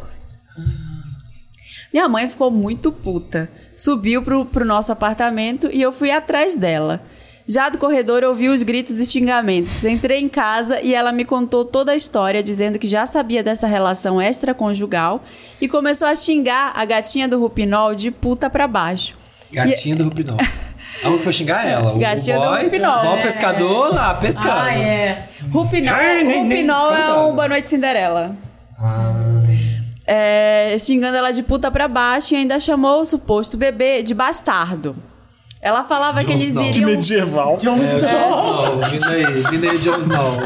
Minha mãe ficou muito puta. Subiu pro, pro nosso apartamento e eu fui atrás dela. Já do corredor eu ouvi os gritos e xingamentos. Entrei em casa e ela me contou toda a história, dizendo que já sabia dessa relação extraconjugal e começou a xingar a gatinha do Rupinol de puta pra baixo. Gatinha do Rupinol. A que foi xingar ela. O Gatinha o do boy, Rupinol, Ó, o é. pescador lá, pescando. Ah, é. Rupinol, Ai, nem- nem Rupinol é contando. o Boa Noite Cinderela. Ah. É, xingando ela de puta pra baixo e ainda chamou o suposto bebê de bastardo. Ela falava Jones que eles não. iriam. Que medieval. É, o Jon Snow. Vindo aí, vindo aí, Jon Snow.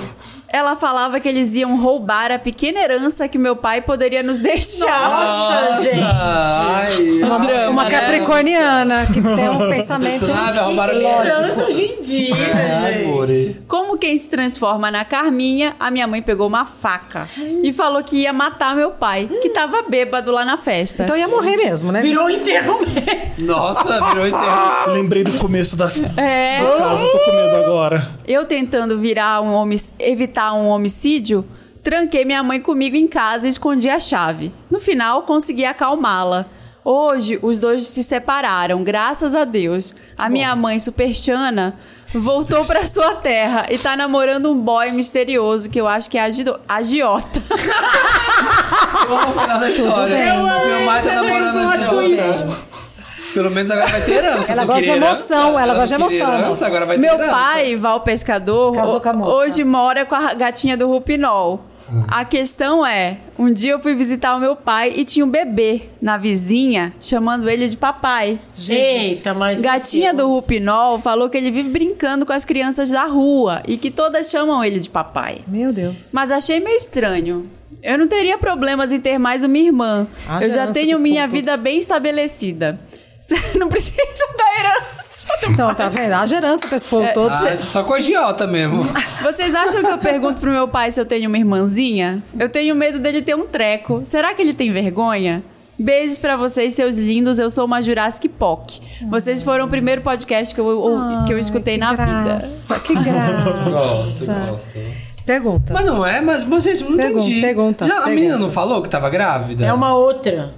Ela falava que eles iam roubar a pequena herança que meu pai poderia nos deixar. Nossa, gente. Ai, Uma, ai, uma né? capricorniana que tem um pensamento. Nada, roubaram é, Dança hoje em dia, É, gente. amore. Como quem se transforma na Carminha, a minha mãe pegou uma faca e falou que ia matar meu pai, que tava bêbado lá na festa. Então ia morrer mesmo, né? Virou um enterro mesmo. Nossa, virou enterro. Lembrei do começo da, do É, caso, tô com medo agora. eu tentando virar um homic- evitar um homicídio, tranquei minha mãe comigo em casa e escondi a chave. No final, consegui acalmá-la. Hoje, os dois se separaram, graças a Deus. A minha mãe, superchana, voltou pra sua terra e tá namorando um boy misterioso que eu acho que é agido- agiota. Eu amo o final da história. Meu pai tá também namorando a gosto Giota. Pelo menos agora vai ter herança. Ela Não gosta de queria emoção, herança, ela não gosta de queria emoção. Herança, agora vai ter Meu herança. pai, Val Pescador, Casou ho- com a moça. hoje mora com a gatinha do Rupinol. A questão é, um dia eu fui visitar o meu pai e tinha um bebê na vizinha chamando ele de papai. Eita, mas. é um Gatinha do Rupinol falou que ele vive brincando com as crianças da rua e que todas chamam ele de papai. Meu Deus. Mas achei meio estranho. Eu não teria problemas em ter mais uma irmã. Ah, eu já herança, tenho esse minha ponto. vida bem estabelecida. Você não precisa da herança. Então, tá vendo? A gerança pra esse povo todo. Ah, só com a Giota mesmo. Vocês acham que eu pergunto pro meu pai se eu tenho uma irmãzinha? Eu tenho medo dele ter um treco. Será que ele tem vergonha? Beijos pra vocês, seus lindos. Eu sou uma Jurassic Poc. Vocês foram o primeiro podcast que eu, ou- que eu escutei na vida. Graça, que graça. Gosto, gosto. Pergunta. Mas não é, mas, mas gente, não Pergunta, entendi. pergunta, Já, A pergunta. menina não falou que tava grávida? É uma outra.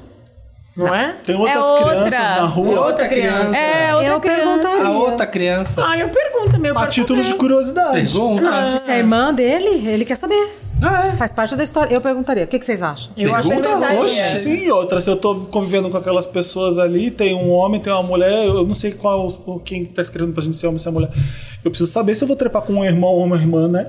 Não, é? Tem outras outra. crianças na É rua. outra criança. É, outra Eu criança. perguntaria. A outra criança. Ah, eu pergunto meu A pra título de saber. curiosidade. Pergunta. Se é irmã dele, ele quer saber. Ah, Faz parte da história. Eu perguntaria. O que, que vocês acham? É. Eu acho que é Pergunta? verdade. Oxe. Sim, outra. Se eu tô convivendo com aquelas pessoas ali, tem um homem, tem uma mulher, eu eu não sei qual quem tá escrevendo pra gente se é homem ou se é mulher. Eu preciso saber se eu vou trepar com um irmão ou uma irmã, né?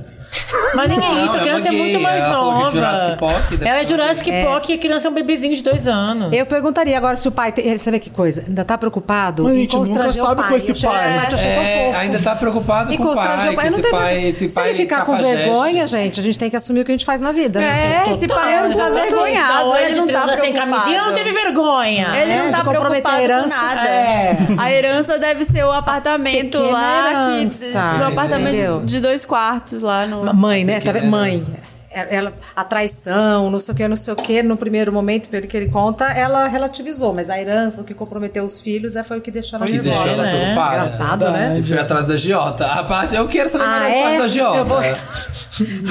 Mas nem é isso, a Não, é criança é, uma muito gay, mais ela falou que nova. Jurassic Park deve ela é ser uma Jurassic Park e a criança é um bebezinho de dois anos. Eu perguntaria agora se o pai. Tem... Você vê que coisa? Ainda tá preocupado? Mas a em gente nunca constranger o sabe com pai. esse Eu achei- pai. né? Eu achei tão É, fofo. ainda tá preocupado E com o constrange o pai, que pai. Não esse teve... pai, esse se pai ele ficar com cafajeste. vergonha, gente, a gente tem que assumir o que a gente faz na vida. né? É, esse pai não tá Total, vergonhado. total, Ele não de tá transar preocupado. sem camisinha não teve vergonha. Ele É, não de tá comprometer preocupado a com herança. nada. É. A herança deve ser o apartamento Pequena lá. Que, herança, no apartamento entendeu? de dois quartos lá no. Ma- Mãe, né? Tá Pequena. vendo? Mãe. É, Ela, a traição, não sei o que, não sei o que, no primeiro momento, pelo que ele conta, ela relativizou, mas a herança, o que comprometeu os filhos, é, foi o que deixou ela Que nervosa. deixou ela É, né? preocupada. Engraçado, né? E foi atrás da Giota. A parte, eu quero saber Ah, mais da é? parte da Giota. Eu vou-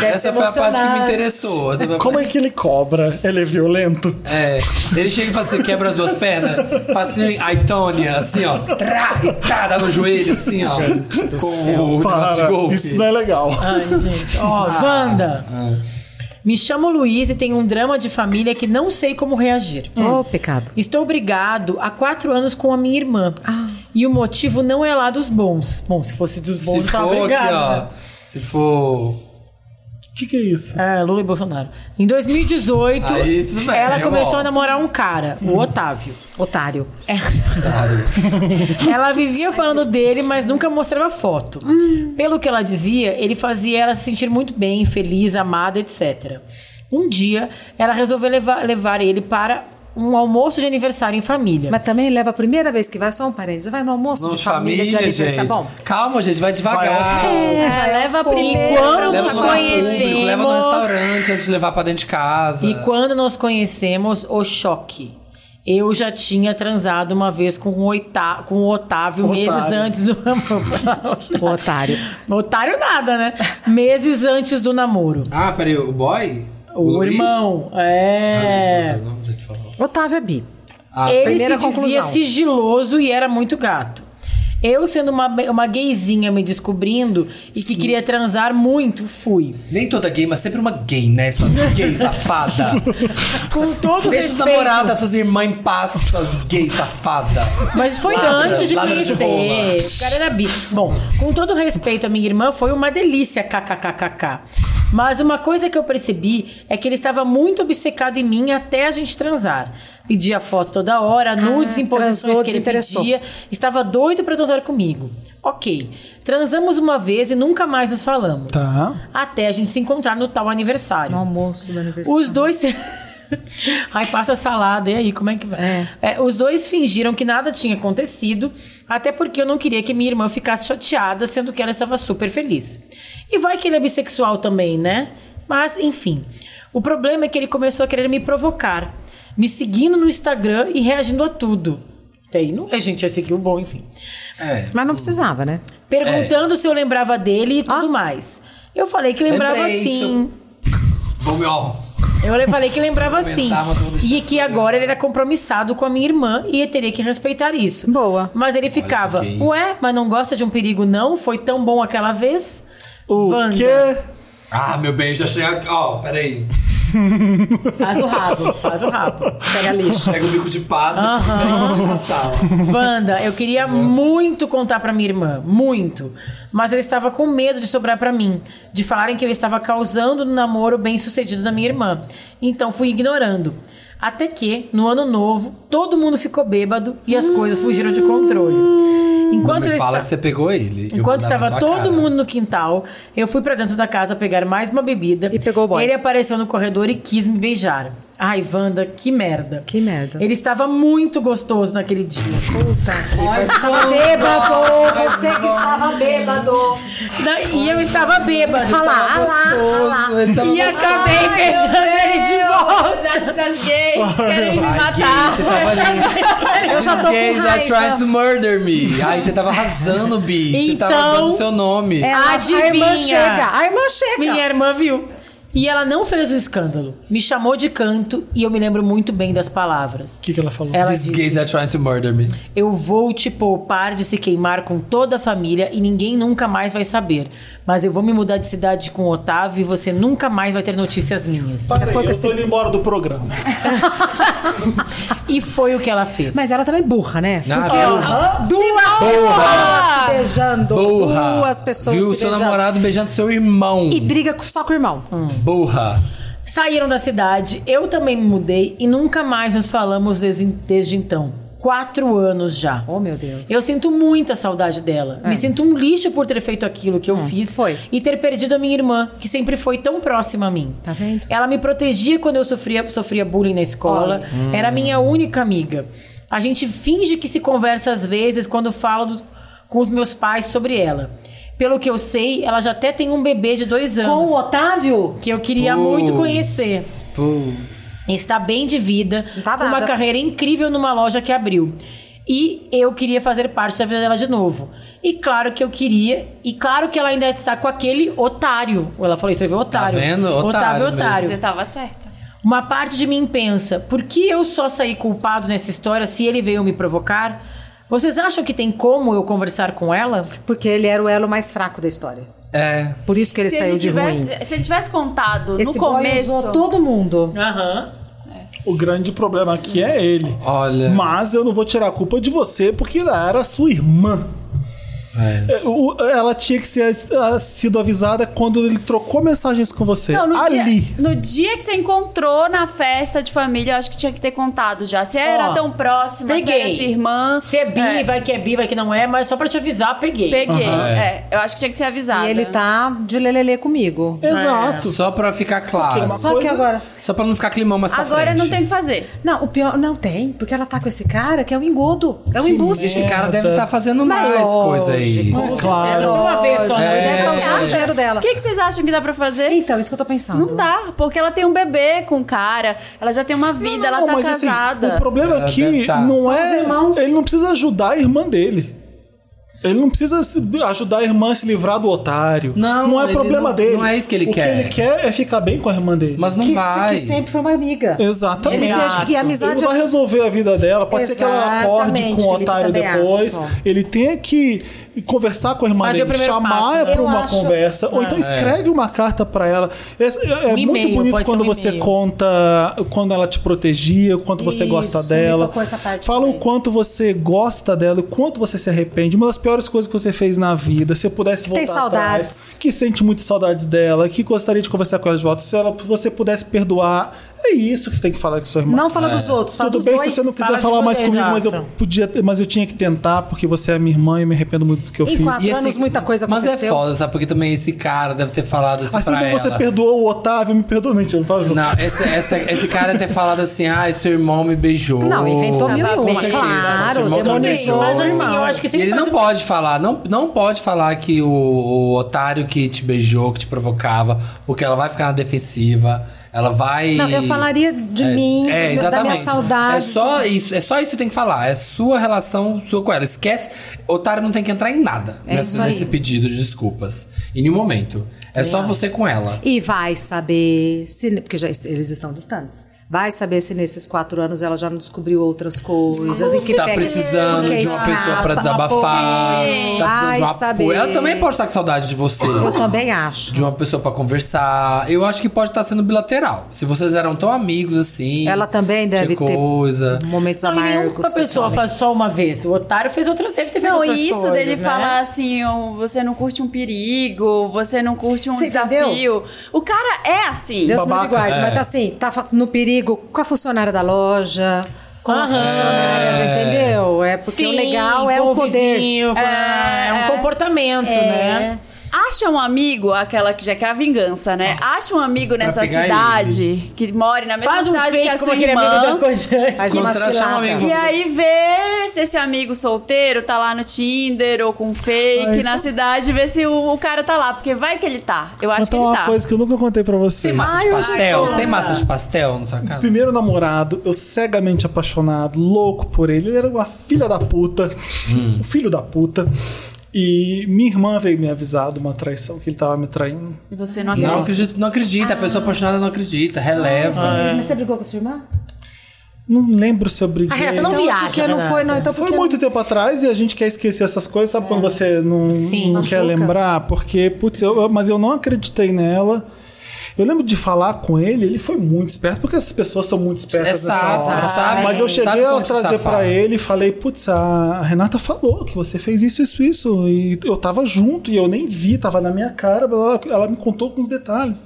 Essa foi a parte que me interessou. Essa foi a Como é que ele cobra? Ele é violento? É, ele chega e fala assim, quebra as duas pernas, faz assim, Aitonia, assim, ó, trá, e tá, dá no joelho, assim, ó, com o é um negócio de Para, golfe. isso não é legal. Ai, gente. Ó, Ah. Wanda. Me chamo Luiz e tenho um drama de família que não sei como reagir. Hum. Ô, pecado. Ah. Estou brigado há quatro anos com a minha irmã. E o motivo não é lá dos bons. Bom, se fosse dos bons, Se eu tava né? for aqui, brigada. ó, se for... O que, que é isso? É, Lula e Bolsonaro. Em 2018, Aí, tudo bem, ela né, começou irmão? a namorar um cara, o Otávio. Hum. É. Otário. Otário. Ela vivia falando dele, mas nunca mostrava foto. Pelo que ela dizia, ele fazia ela se sentir muito bem, feliz, amada, etc. Um dia, ela resolveu levar, levar ele para um almoço de aniversário em família. Mas também leva a primeira vez que vai, só um parênteses, vai no almoço Nossa, de família, de família, aniversário. tá gente. Bom, Calma, gente, vai devagar. é, É, vai leva aos poucos. primeiro. Enquanto Leva nos no lugar público, leva no conhecemos- restaurante antes de levar pra dentro de casa. E quando nos conhecemos, o choque. Eu já tinha transado uma vez com o, Oita- com o Otávio, meses antes do namoro. O otário. Otário nada, né? meses antes do namoro. Ah, peraí, o boy? O Luiz? irmão, Ah, é. não, não, já te falou. Otávio é bi. Ah, Ele se primeira dizia conclusão. sigiloso e era muito gato. Eu, sendo uma, uma gayzinha me descobrindo e que queria transar muito, fui. Nem toda gay, mas sempre uma gay, né? Suas gays safada. Com todo Deixa os respeito. namorados, suas irmãs em paz, suas gays safada. Mas foi Ladra, antes de ladra de conhecer. rola. o cara era bi. Bom, com todo respeito à minha irmã, foi uma delícia, kkkk. Mas uma coisa que eu percebi é que ele estava muito obcecado em mim até a gente transar. Pedia foto toda hora, nudes em posições Ah, transou, que ele desinteressou. pedia. Estava doido pra transar comigo. Ok. Transamos uma vez e nunca mais nos falamos. Tá. Até a gente se encontrar no tal aniversário. No almoço do aniversário. Os dois. se- Aí passa salada, e aí, como é que vai? É, os dois fingiram que nada tinha acontecido, até porque eu não queria que minha irmã ficasse chateada, sendo que ela estava super feliz. E vai que ele é bissexual também, né? Mas, enfim. O problema é que ele começou a querer me provocar, me seguindo no Instagram e reagindo a tudo. Até aí, não é, gente, eu segui o bom, enfim É. Mas não precisava, né? perguntando se eu lembrava dele e tudo mais. Eu falei que lembrava Lembrei sim. Vamos, ó. Eu le- falei que lembrava Vou sim. comentar, mas eu vou deixar E isso que pra agora ele era compromissado com a minha irmã e eu teria que respeitar isso. Boa. Mas ele ficava, que gay. ué, mas não gosta de um perigo não? Foi tão bom aquela vez? O Wanda, quê? Ah, meu bem, já chega. aqui. Ó, peraí. Faz o rabo, faz o rabo. Pega lixo. Pega o bico de pato. Pega na sala. Wanda, eu Tá queria muito contar pra minha irmã, muito. Mas eu estava com medo de sobrar pra mim, de falarem que eu estava causando no namoro bem-sucedido da minha irmã. Então fui ignorando. Até que, no ano novo, todo mundo ficou bêbado e as coisas fugiram de controle. Enquanto Não eu me fala estava que você pegou ele. Eu Enquanto mandava na sua estava todo cara. mundo no quintal, eu fui pra dentro da casa pegar mais uma bebida. E pegou o boy. Ele apareceu no corredor e quis me beijar. Ai, Wanda, que merda. Que merda. Ele estava muito gostoso naquele dia. Puta que Ai, Estava Wanda, bêbado! ai, Você que Wanda. estava bêbado! Na- e eu estava Olha bêbada. lá, olha lá, olha lá. Gostoso, ele tava E gostoso. acabei beijando ele de volta. Essas gays querem me Ai, gay, matar. você tava ali. Eu já tô Gays com are trying to raiva. murder me. Aí você tava arrasando, Bi. Você tava Então- dando seu nome. Ela- A Adivinha. irmã chega, a irmã chega. Minha irmã viu. E ela não fez o escândalo. Me chamou de canto e eu me lembro muito bem das palavras. O que, que ela falou? Ela These disse, gays are trying to murder me. Eu vou te poupar de se queimar com toda a família e ninguém nunca mais vai saber. Mas eu vou me mudar de cidade com o Otávio e você nunca mais vai ter notícias minhas. Para aí, eu tô indo embora do programa. E foi o que ela fez. Mas ela também burra, né? Ah, Porque burra. duas pessoas se beijando. Burra. Duas pessoas Viu se seu beijando. namorado beijando seu irmão. E briga com- só com o irmão. Hum. Burra. Saíram da cidade, eu também me mudei e nunca mais nos falamos desde, desde então. Quatro anos já. Oh, meu Deus. Eu sinto muita saudade dela. Me sinto um lixo por ter feito aquilo que eu fiz É. foi. e ter perdido a minha irmã, que sempre foi tão próxima a mim. Tá vendo? Ela me protegia quando eu sofria, sofria bullying na escola. Era minha Hum. única amiga. A gente finge que se conversa às vezes quando falo do- com os meus pais sobre ela. Pelo que eu sei, ela já até tem um bebê de dois Com anos. o Otávio? que eu queria muito conhecer. Putz. Está bem de vida, Não tá com uma nada. carreira incrível numa loja que abriu. E eu queria fazer parte da vida dela de novo. E claro que eu queria, e claro que ela ainda está com aquele otário. Ela falou, escreveu otário. Tá vendo? Otário Otávio mesmo. otário. Você tava certa. Uma parte de mim pensa, por que eu só saí culpado nessa história se ele veio me provocar? Vocês acham que tem como eu conversar com ela? Porque ele era o elo mais fraco da história. É. Por isso que ele Se saiu ele, de tivesse, ruim. se ele tivesse contado Esse no boy começo. usou todo mundo. Aham. O grande problema aqui é ele. Olha. Mas eu não vou tirar a culpa de você, porque ela era sua irmã. É. É, o- Ela tinha que ser ah, sido avisada quando ele trocou mensagens com você. Não, no Ali. Dia, no dia que você encontrou na festa de família, eu acho que tinha que ter contado já. Se era Ó, tão próxima, se peguei. era sua irmã. Se é bi, vai que é bi, vai que não é, mas só pra te avisar, peguei. Peguei. Aham. É, eu acho que tinha que ser avisado. E ele tá de lelelê comigo. É. Exato. Só pra ficar claro. uma Só que coisa- agora. Só pra não ficar climão mais pra Agora frente. não tem o que fazer. Não, o pior. Não tem, porque ela tá com esse cara que é um engodo. É um embuste. Esse cara Merda. deve estar fazendo Mas mais lógico. coisa aí. Mas Claro. Foi uma vez só. Lógico, né? ele deve tá É. usando o dinheiro dela. O que, que vocês acham que dá pra fazer? Então, isso que eu tô pensando. Não dá, porque ela tem um bebê com o cara, ela já tem uma vida, Não, não, ela não, tá mas, assim, casada. o problema Ela deve aqui tá. não São os é. irmãos. Ele não precisa ajudar a irmã dele. Ele não precisa se- ajudar a irmã a se livrar do otário. Não, não é ele problema não- dele. não é isso que ele o quer. O que ele quer é ficar bem com a irmã dele. Mas não Que, vai. que sempre foi uma amiga. Exatamente. Ele deixa que Ele a amizade é um não vai resolver a vida dela. Pode ser que ela acorde Exatamente, com o Felipe, otário também depois. acho. Ele tem que conversar com a irmã Fazer o dele, primeiro chamar passo. né? é. ela pra Eu uma acho- conversa. Ou então escreve uma carta pra ela. É, é- é Um muito e-mail, bonito pode quando ser um você e-mail. conta quanto ela te protegia, o quanto você Isso, gosta me dela. tocou essa parte Fala o também. quanto você gosta dela, o quanto você se arrepende. Uma das piores coisas que você fez na vida, se eu pudesse voltar tem atrás, saudades. que sente muito saudades dela, que gostaria de conversar com ela de volta. Se ela, você pudesse perdoar, é isso que você tem que falar com sua irmã. Não fala dos É. outros, fala Tudo dos bem dois. se você não quiser Fala de falar mais poder, comigo, mas eu exato. podia, mas eu tinha que tentar porque você é minha irmã e eu me arrependo muito do que eu Em fiz. quatro- anos, muita coisa Mas é aconteceu. foda, sabe? Porque também esse cara deve ter falado assim, Assim pra como ela. você perdoou o Otávio, me perdoa, mentira, não fala isso. Não, esse, essa- esse cara deve ter falado assim, ah, seu irmão me beijou. Tá Não, inventou mil e Com uma, certeza, Seu claro. irmão que me demonizou. beijou. Mas assim, eu acho que E sempre ele faz não o- pode falar, não, não pode falar que o, o otário que te beijou, que te provocava, porque ela vai ficar na defensiva, ela vai. Não, eu falaria de mim, dos meus- da minha saudade. É só isso, é só isso que tem que falar. É sua relação sua com ela. Esquece. Otário não tem que entrar em nada É nesse, isso aí. nesse pedido de desculpas. Em nenhum momento. É só você com ela. E vai saber se. Porque já est- eles estão distantes. Vai saber se nesses quatro anos ela já não descobriu outras coisas. em que tá pé que- é precisando porque de uma escapa. pessoa pra desabafar. Sim. Tá precisando de um Ai, apoio. saber. Ela também pode estar com saudade de você. Eu também acho. De uma pessoa pra conversar. Eu acho que pode estar sendo bilateral. Se vocês eram tão amigos assim. Ela também tinha deve ter um coisa. Momentos Não, e amargos. nenhuma pessoa sabe? faz só uma vez. O otário fez outra, deve ter feito Não, outras e isso coisas, dele né? falar assim, ó, você não curte um perigo, você não curte um Você desafio. entendeu? O cara é assim. Deus me Babaca, livre, guarde, é. mas tá assim, tá fa- no perigo com a funcionária da loja, com a Aham. funcionária, entendeu? É porque o Sim, legal é com o poder. vizinho, com- é, um comportamento, né? Acha um amigo, aquela que já quer a vingança, né? Acha um amigo nessa pegar cidade que mora na mesma Faz um cidade que a fake como sua aquele amigo irmã. da coisa. Faz uma Contraste é um cilada. amigo. E aí vê se esse amigo solteiro tá lá no Tinder ou com fake Ai, na isso- cidade, vê se o, o cara tá lá, porque vai que ele tá. Eu acho que Contar ele Então uma tá. coisa que eu nunca contei pra Tem vocês. massa de pastel? Tem massa de pastel na sua O casa? Primeiro namorado, eu cegamente Hum. apaixonado, louco por ele. Ele era uma filha da puta. Um filho da puta. E minha irmã veio me avisar de uma traição, que ele tava me traindo. E você não Não acredita. acredita, não acredita. A pessoa apaixonada não acredita, Ah. releva. É. Mas você brigou com sua irmã? Não lembro se eu briguei. A Renata não Então, viaja, porque não Renata. foi, não. Então, Foi porque muito tempo atrás e a gente quer esquecer essas coisas, sabe quando você não, Sim. não quer Machuca. lembrar? Porque, putz, eu- eu- mas eu não acreditei nela. Eu lembro de falar com ele, ele foi muito esperto, porque essas pessoas são muito É espertas nessa sábio, hora. sabe? Mas eu Sabe cheguei como a se trazer safar. pra ele e falei, putz, a Renata falou que você fez isso, isso, isso. E eu tava junto e eu nem vi, tava na minha cara, blá, blá, ela me contou com os detalhes.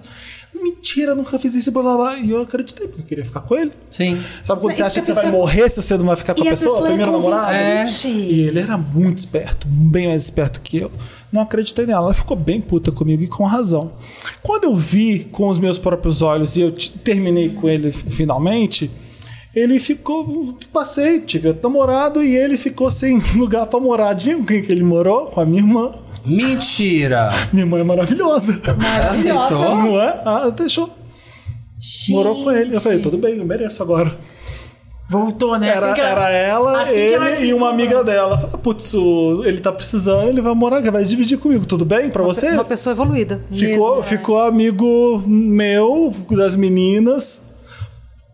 Mentira, nunca fiz isso, blá blá blá. E eu acreditei, porque eu queria ficar com ele. Sim. Sabe quando Mas você e acha que a você vai pessoa- morrer se você não vai ficar com a E a pessoa, pessoa é primeiro namorado? convincente. E ele era muito esperto, bem mais esperto que eu. Não acreditei nela, ela ficou bem puta comigo e com razão. Quando eu vi com os meus próprios olhos e eu t- terminei com ele f- finalmente, ele ficou. um Passei, tive outro namorado e ele ficou sem lugar pra morar. Adivinha com quem que ele morou? Com a minha irmã. Mentira! Minha irmã é maravilhosa. Ah, Ela aceitou? Não é? Ah, deixou. Morou com ele. Eu falei, tudo bem, eu mereço agora. Voltou, né? Era, Assim que ela- era ela, assim que ela ele se e uma amiga encontrou. dela. Fala, Putz, o- ele tá precisando, ele vai morar, vai dividir comigo. Tudo bem pra você? Uma pessoa evoluída. É. Ficou, mesmo. né? ficou amigo meu, das meninas.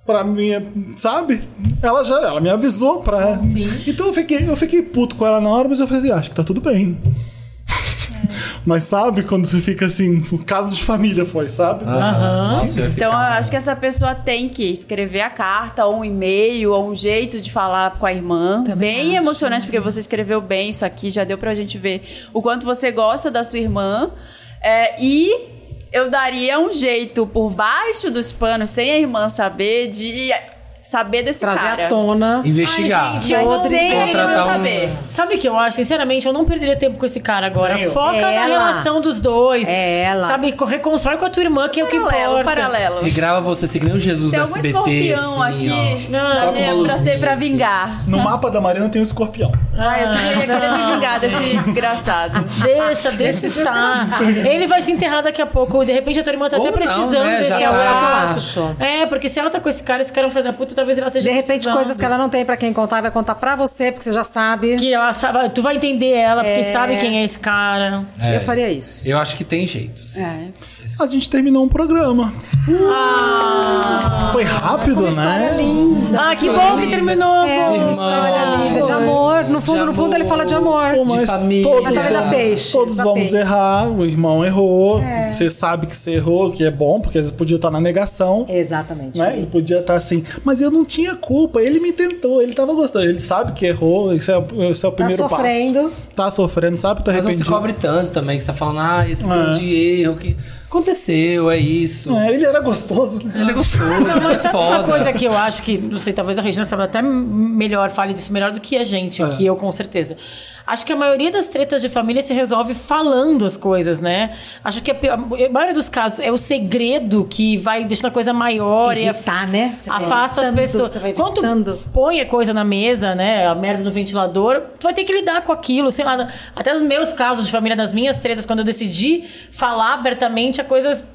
Pra minha, sabe? Ela já ela me avisou pra. Então eu fiquei, eu fiquei puto com ela na hora, mas eu falei assim, acho que tá tudo bem. É. Mas sabe quando você fica assim, caso de família foi, sabe? Ah. Nossa, eu ia Então, ficar- eu né? acho que essa pessoa tem que escrever a carta, ou um e-mail, ou um jeito de falar com a irmã. bem emocionante, porque você escreveu bem isso aqui, já deu pra gente ver o quanto você gosta da sua irmã. É, e eu daria um jeito por baixo dos panos, sem a irmã saber, de saber desse Trazer cara. à tona. Investigar. Ai, gente, Mas Podre sem a irmã contratar um- saber. Sabe o que eu acho? Sinceramente, eu não perderia tempo com esse cara agora. Nem eu. Foca na Ela. relação dos dois. É ela. Sabe, co- reconstrói com a tua irmã, que é o que Paralelo, importa. paralelo. E grava você assim, que nem o Jesus Tem do algum SBT. escorpião assim, aqui ó. na Só com minha- uma pra, luzinha, ser, pra assim. Ah, vingar. No mapa da Marina tem um escorpião. Ai, eu queria querer me vingar desse desgraçado. Deixa, deixa estar. Ele vai se enterrar daqui a pouco. De repente a tua irmã tá Ou até não, precisando né? desse É Já o que eu tá. abraço. acho. É, porque se ela tá com esse cara, esse cara é um filho da puta, talvez ela esteja De repente, precisando. coisas que ela não tem pra quem contar, vai contar pra você, porque você já sabe. Que ela sabe, tu vai entender ela, porque sabe quem é esse cara. É. Eu faria isso. Eu acho que tem jeito. sim. É. A gente terminou um programa. foi rápido, né? Ah. História é linda. Ah, que Sua bom que linda. É, terminou, pô. irmã. uma história linda. De Foi. amor. No De fundo, no fundo, ele amor. fala de amor. Pô, De família. Todos Até da vamos, peixe, todos da vamos peixe. É. errar, o irmão errou, você sabe que você errou, que é bom, porque você podia estar na negação. Exatamente. Né? Ele podia estar assim, mas eu não tinha culpa, ele me tentou, ele tava gostando, ele sabe que errou, isso é, isso é o primeiro Tá sofrendo. passo. Tá sofrendo, sabe que tá Mas não se arrependido. cobre tanto também, que você tá falando, ah, esse É. tanto de erro que aconteceu, é isso. É, ele era gostoso, né? Ele é gostoso, Não, mas sabe foda. uma coisa é que eu acho que, não sei, talvez a Regina saiba até melhor, fale disso melhor do que a gente, É. que eu com certeza. Acho que a maioria das tretas de família se resolve falando as coisas, né? Acho que a, pi- a maioria dos casos é o segredo que vai deixando a coisa maior e a- Evitar, né? Você vai afasta as evitando, pessoas. Você vai Quando evitando. tu põe a coisa na mesa, né? A merda no ventilador, tu vai ter que lidar com aquilo, sei lá. né, Até os meus casos de família, das minhas tretas, quando eu decidi falar abertamente, a coisa.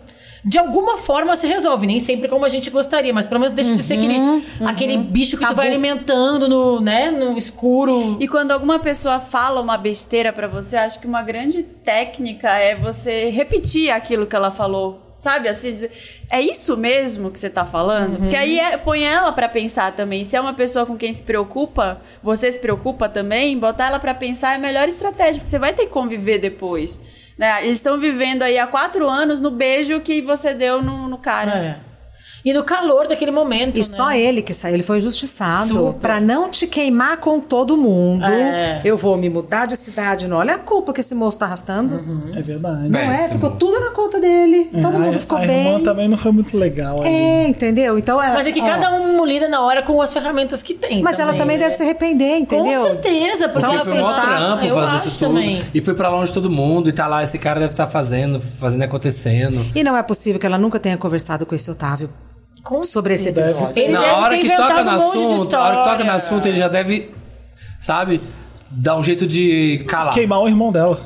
De alguma forma se resolve, nem sempre como a gente gostaria, mas pelo menos deixa de ser aquele, Uhum, aquele bicho que Tá tu vai alimentando no, né, no escuro. E quando alguma pessoa fala uma besteira pra você, acho que uma grande técnica é você repetir aquilo que ela falou. Sabe assim, dizer, é isso mesmo que você tá falando? Porque aí é- põe ela pra pensar também. Se é uma pessoa com quem se preocupa, você se preocupa também, botar ela pra pensar é a melhor estratégia, porque você vai ter que conviver depois. né? Eles estão vivendo aí há quatro anos no beijo que você deu no, no cara. É. E no calor daquele momento. E né? só ele que saiu, ele foi injustiçado. Super. Pra não te queimar com todo mundo, É. eu vou me mudar de cidade. Não, olha a culpa que esse moço tá arrastando. Uhum. É verdade. Não é? Péssimo. Ficou tudo na conta dele. Todo É, mundo a- ficou a bem. irmã também não foi muito legal ali. É, entendeu? Então ela. Mas é que cada um lida na hora com as ferramentas que tem. Mas ela também né? deve se arrepender, entendeu? Com certeza, porque Porque ela foi mó tá- trampo eu fazer acho isso tudo. também. E foi pra longe de todo mundo, e tá lá, esse cara deve estar fazendo, fazendo e acontecendo. E não é possível que ela nunca tenha conversado com esse Otávio Com sobre esse episódio. Ele na deve hora ter que toca inventado no um monte de assunto, na hora que toca no história. assunto, ele já deve, sabe? dar um jeito de calar. Queimar o irmão dela.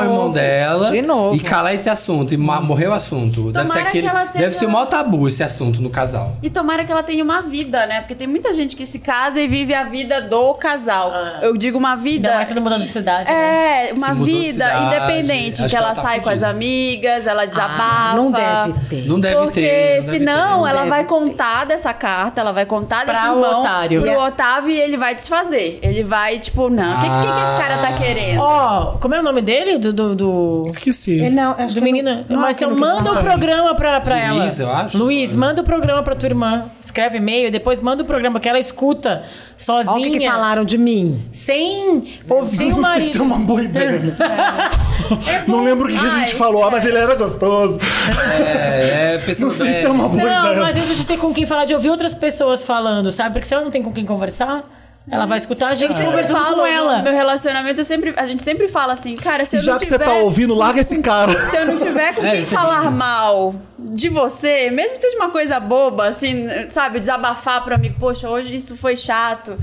De o irmão novo. dela. De novo. E calar esse assunto. E ma- morrer o assunto. Deve ser, Tomara aquele, que ela seja- deve ser o maior tabu esse assunto no casal. E tomara que ela tenha uma vida, né? Porque tem muita gente que se casa e vive a vida do casal. Eu digo uma vida. Ah. Ainda mais sendo mudando de cidade, né? É, uma mudou de vida cidade, independente, acho que que ela, ela tá sai com as fudida. amigas, Ah, ela desabafa. não deve ter. Não deve Porque é- ter. não deve senão ter. ela Deve vai ter. contar dessa carta, ela vai contar desse Pra o irmão otário. pro Yeah. Otávio e ele vai desfazer. Ele vai, tipo, não, o que, que- que esse cara Ah. tá querendo? Ó, como é o nome dele? Do, do, do... Esqueci. Ele não, acho do que menino. não- não, Mas que então não quis manda o falar. programa pra, pra Luiz, ela. eu acho. Luiz, manda o programa pra tua irmã. Escreve e-mail, depois manda o programa que ela escuta sozinha. Olha o que, que falaram de mim. Sem ouvir Não sei se é o marido. uma boa ideia. Não lembro o que, que a gente Ai, falou, ah, mas ele era gostoso. É, é pessoa Não sei é- se é uma boa Não, ideia. mas isso de ter com quem falar, de ouvir outras pessoas falando, sabe? Porque se ela não tem com quem conversar, ela vai escutar a gente conversando falo, com ela. no meu relacionamento, eu sempre, a gente sempre fala assim, cara, se eu Já não que tiver... você tá ouvindo, larga esse cara. Se eu não tiver com É, quem isso é falar verdade. mal de você, mesmo que seja uma coisa boba, assim, sabe, desabafar pro amigo, poxa, hoje isso foi chato.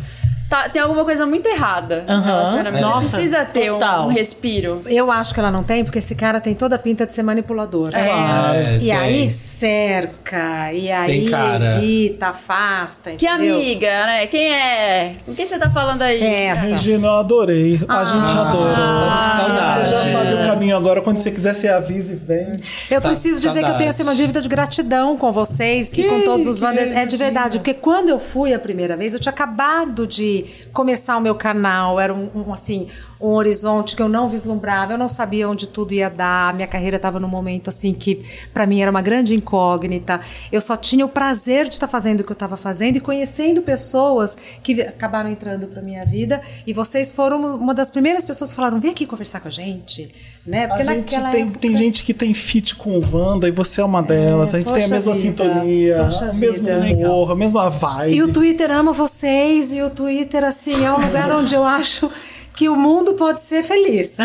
Tá, tem alguma coisa muito errada no Aham. relacionamento. Você Nossa, precisa ter um, total. um respiro. Eu acho que ela não tem, porque esse cara tem toda a pinta de ser manipulador. É, E tem. aí cerca, e aí cara. evita, afasta, Que entendeu? amiga, né? Quem é? Com quem você tá falando aí? É essa. Regina, eu adorei. A gente adora. Ah, Você saudade. já sabe o caminho agora. Quando você quiser, você avisa e vem. Eu Sa- preciso dizer que eu tenho assim, uma saudade. dívida de gratidão com vocês e com todos os Wanders. É de verdade, porque quando eu fui a primeira vez, eu tinha acabado de começar o meu canal. Era um, um, assim, um horizonte que eu não vislumbrava, eu não sabia onde tudo ia dar. Minha carreira estava num momento assim que para mim era uma grande incógnita. Eu só tinha o prazer de estar fazendo o que eu estava fazendo e conhecendo pessoas que vi- acabaram entrando para minha vida. E vocês foram uma das primeiras pessoas que falaram: vem aqui conversar com a gente, né? A gente tem, tem gente que tem fit com o Wanda e você é uma delas. a gente tem a poxa mesma vida, sintonia, poxa o mesmo vida. humor, a mesma vibe. E o Twitter ama vocês, e o Twitter, assim, é um lugar onde eu acho que o mundo pode ser feliz.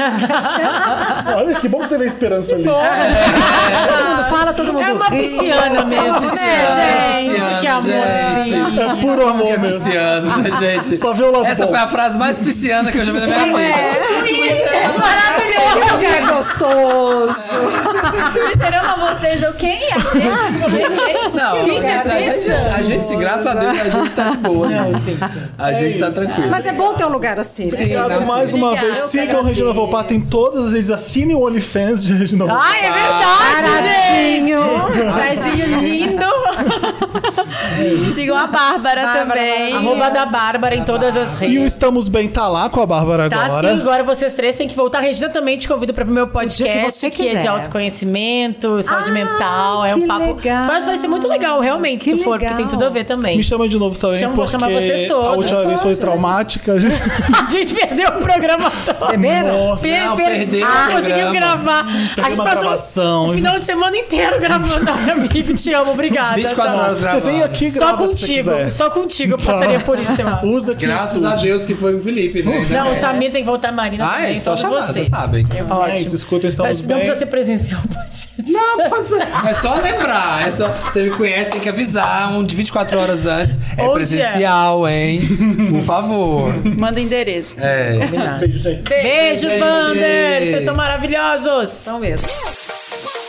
Olha, que bom que você vê esperança ali. todo mundo fala, todo mundo É uma ri. pisciana mesmo, né, gente? Que Gente. amor. É puro Que amor mesmo. pisciano, né, gente? Só vê o lado Essa bom. foi a frase mais pisciana que eu já vi na minha vida. Que É um lugar gostoso. Twitter ama vocês, eu quem? A gente? Quem? Não, Tem a gente, certeza? a gente, graças a Deus, a gente tá de boa. né? A gente tá tranquilo. Mas é bom ter um lugar assim. Sim. né? Obrigado não, mais sim. uma Obrigada, vez. eu que Sigam Regina Volpato em todas as redes. Assinem o OnlyFans de Regina Volpato. Ai, é verdade, gente! Baratinho. Pezinho lindo. Sigam a Bárbara, Bárbara também. Arroba da Bárbara em todas as redes. E o Estamos Bem tá lá com a Bárbara Tá agora. sim, agora vocês três têm que voltar. Regina, também te convido para o meu dia que podcast, você que, é de quiser. autoconhecimento, saúde Ah, mental. É um que papo. legal. Mas vai ser muito legal, realmente, se Que tu for, porque legal. tem tudo a ver também. Me chama de novo também, Chama- vou porque chamar vocês todos. a última vez foi traumática. A gente a gente perdeu o programa todo. Beberam? Nossa. Per- Não, per- perdeu o não conseguiu programa. gravar. a gente uma passou gravação. o final de semana inteiro gravando. Ai, amigo, te amo, obrigada. 24 tá? horas Você gravando. vem aqui e Só grava se você contigo, quiser. só contigo eu passaria por isso, eu acho. Usa aqui o Graças estúdio. a Deus que foi o Felipe, né? Não, o Samir tem que voltar, a Marina Ah, também, é só todos chamar, vocês vocês. sabem. Ótimo. É isso, escutem, estamos Mas Não bem. precisa ser presencial, pode ser. Não, pode ser. É só lembrar. É só, você me conhece, tem que avisar um de 24 horas antes. É Onde é? presencial, hein? Por favor. Manda o endereço. É. Beijo, gente. Beijo, gente. Bander! Vocês são maravilhosos! São mesmo. Thank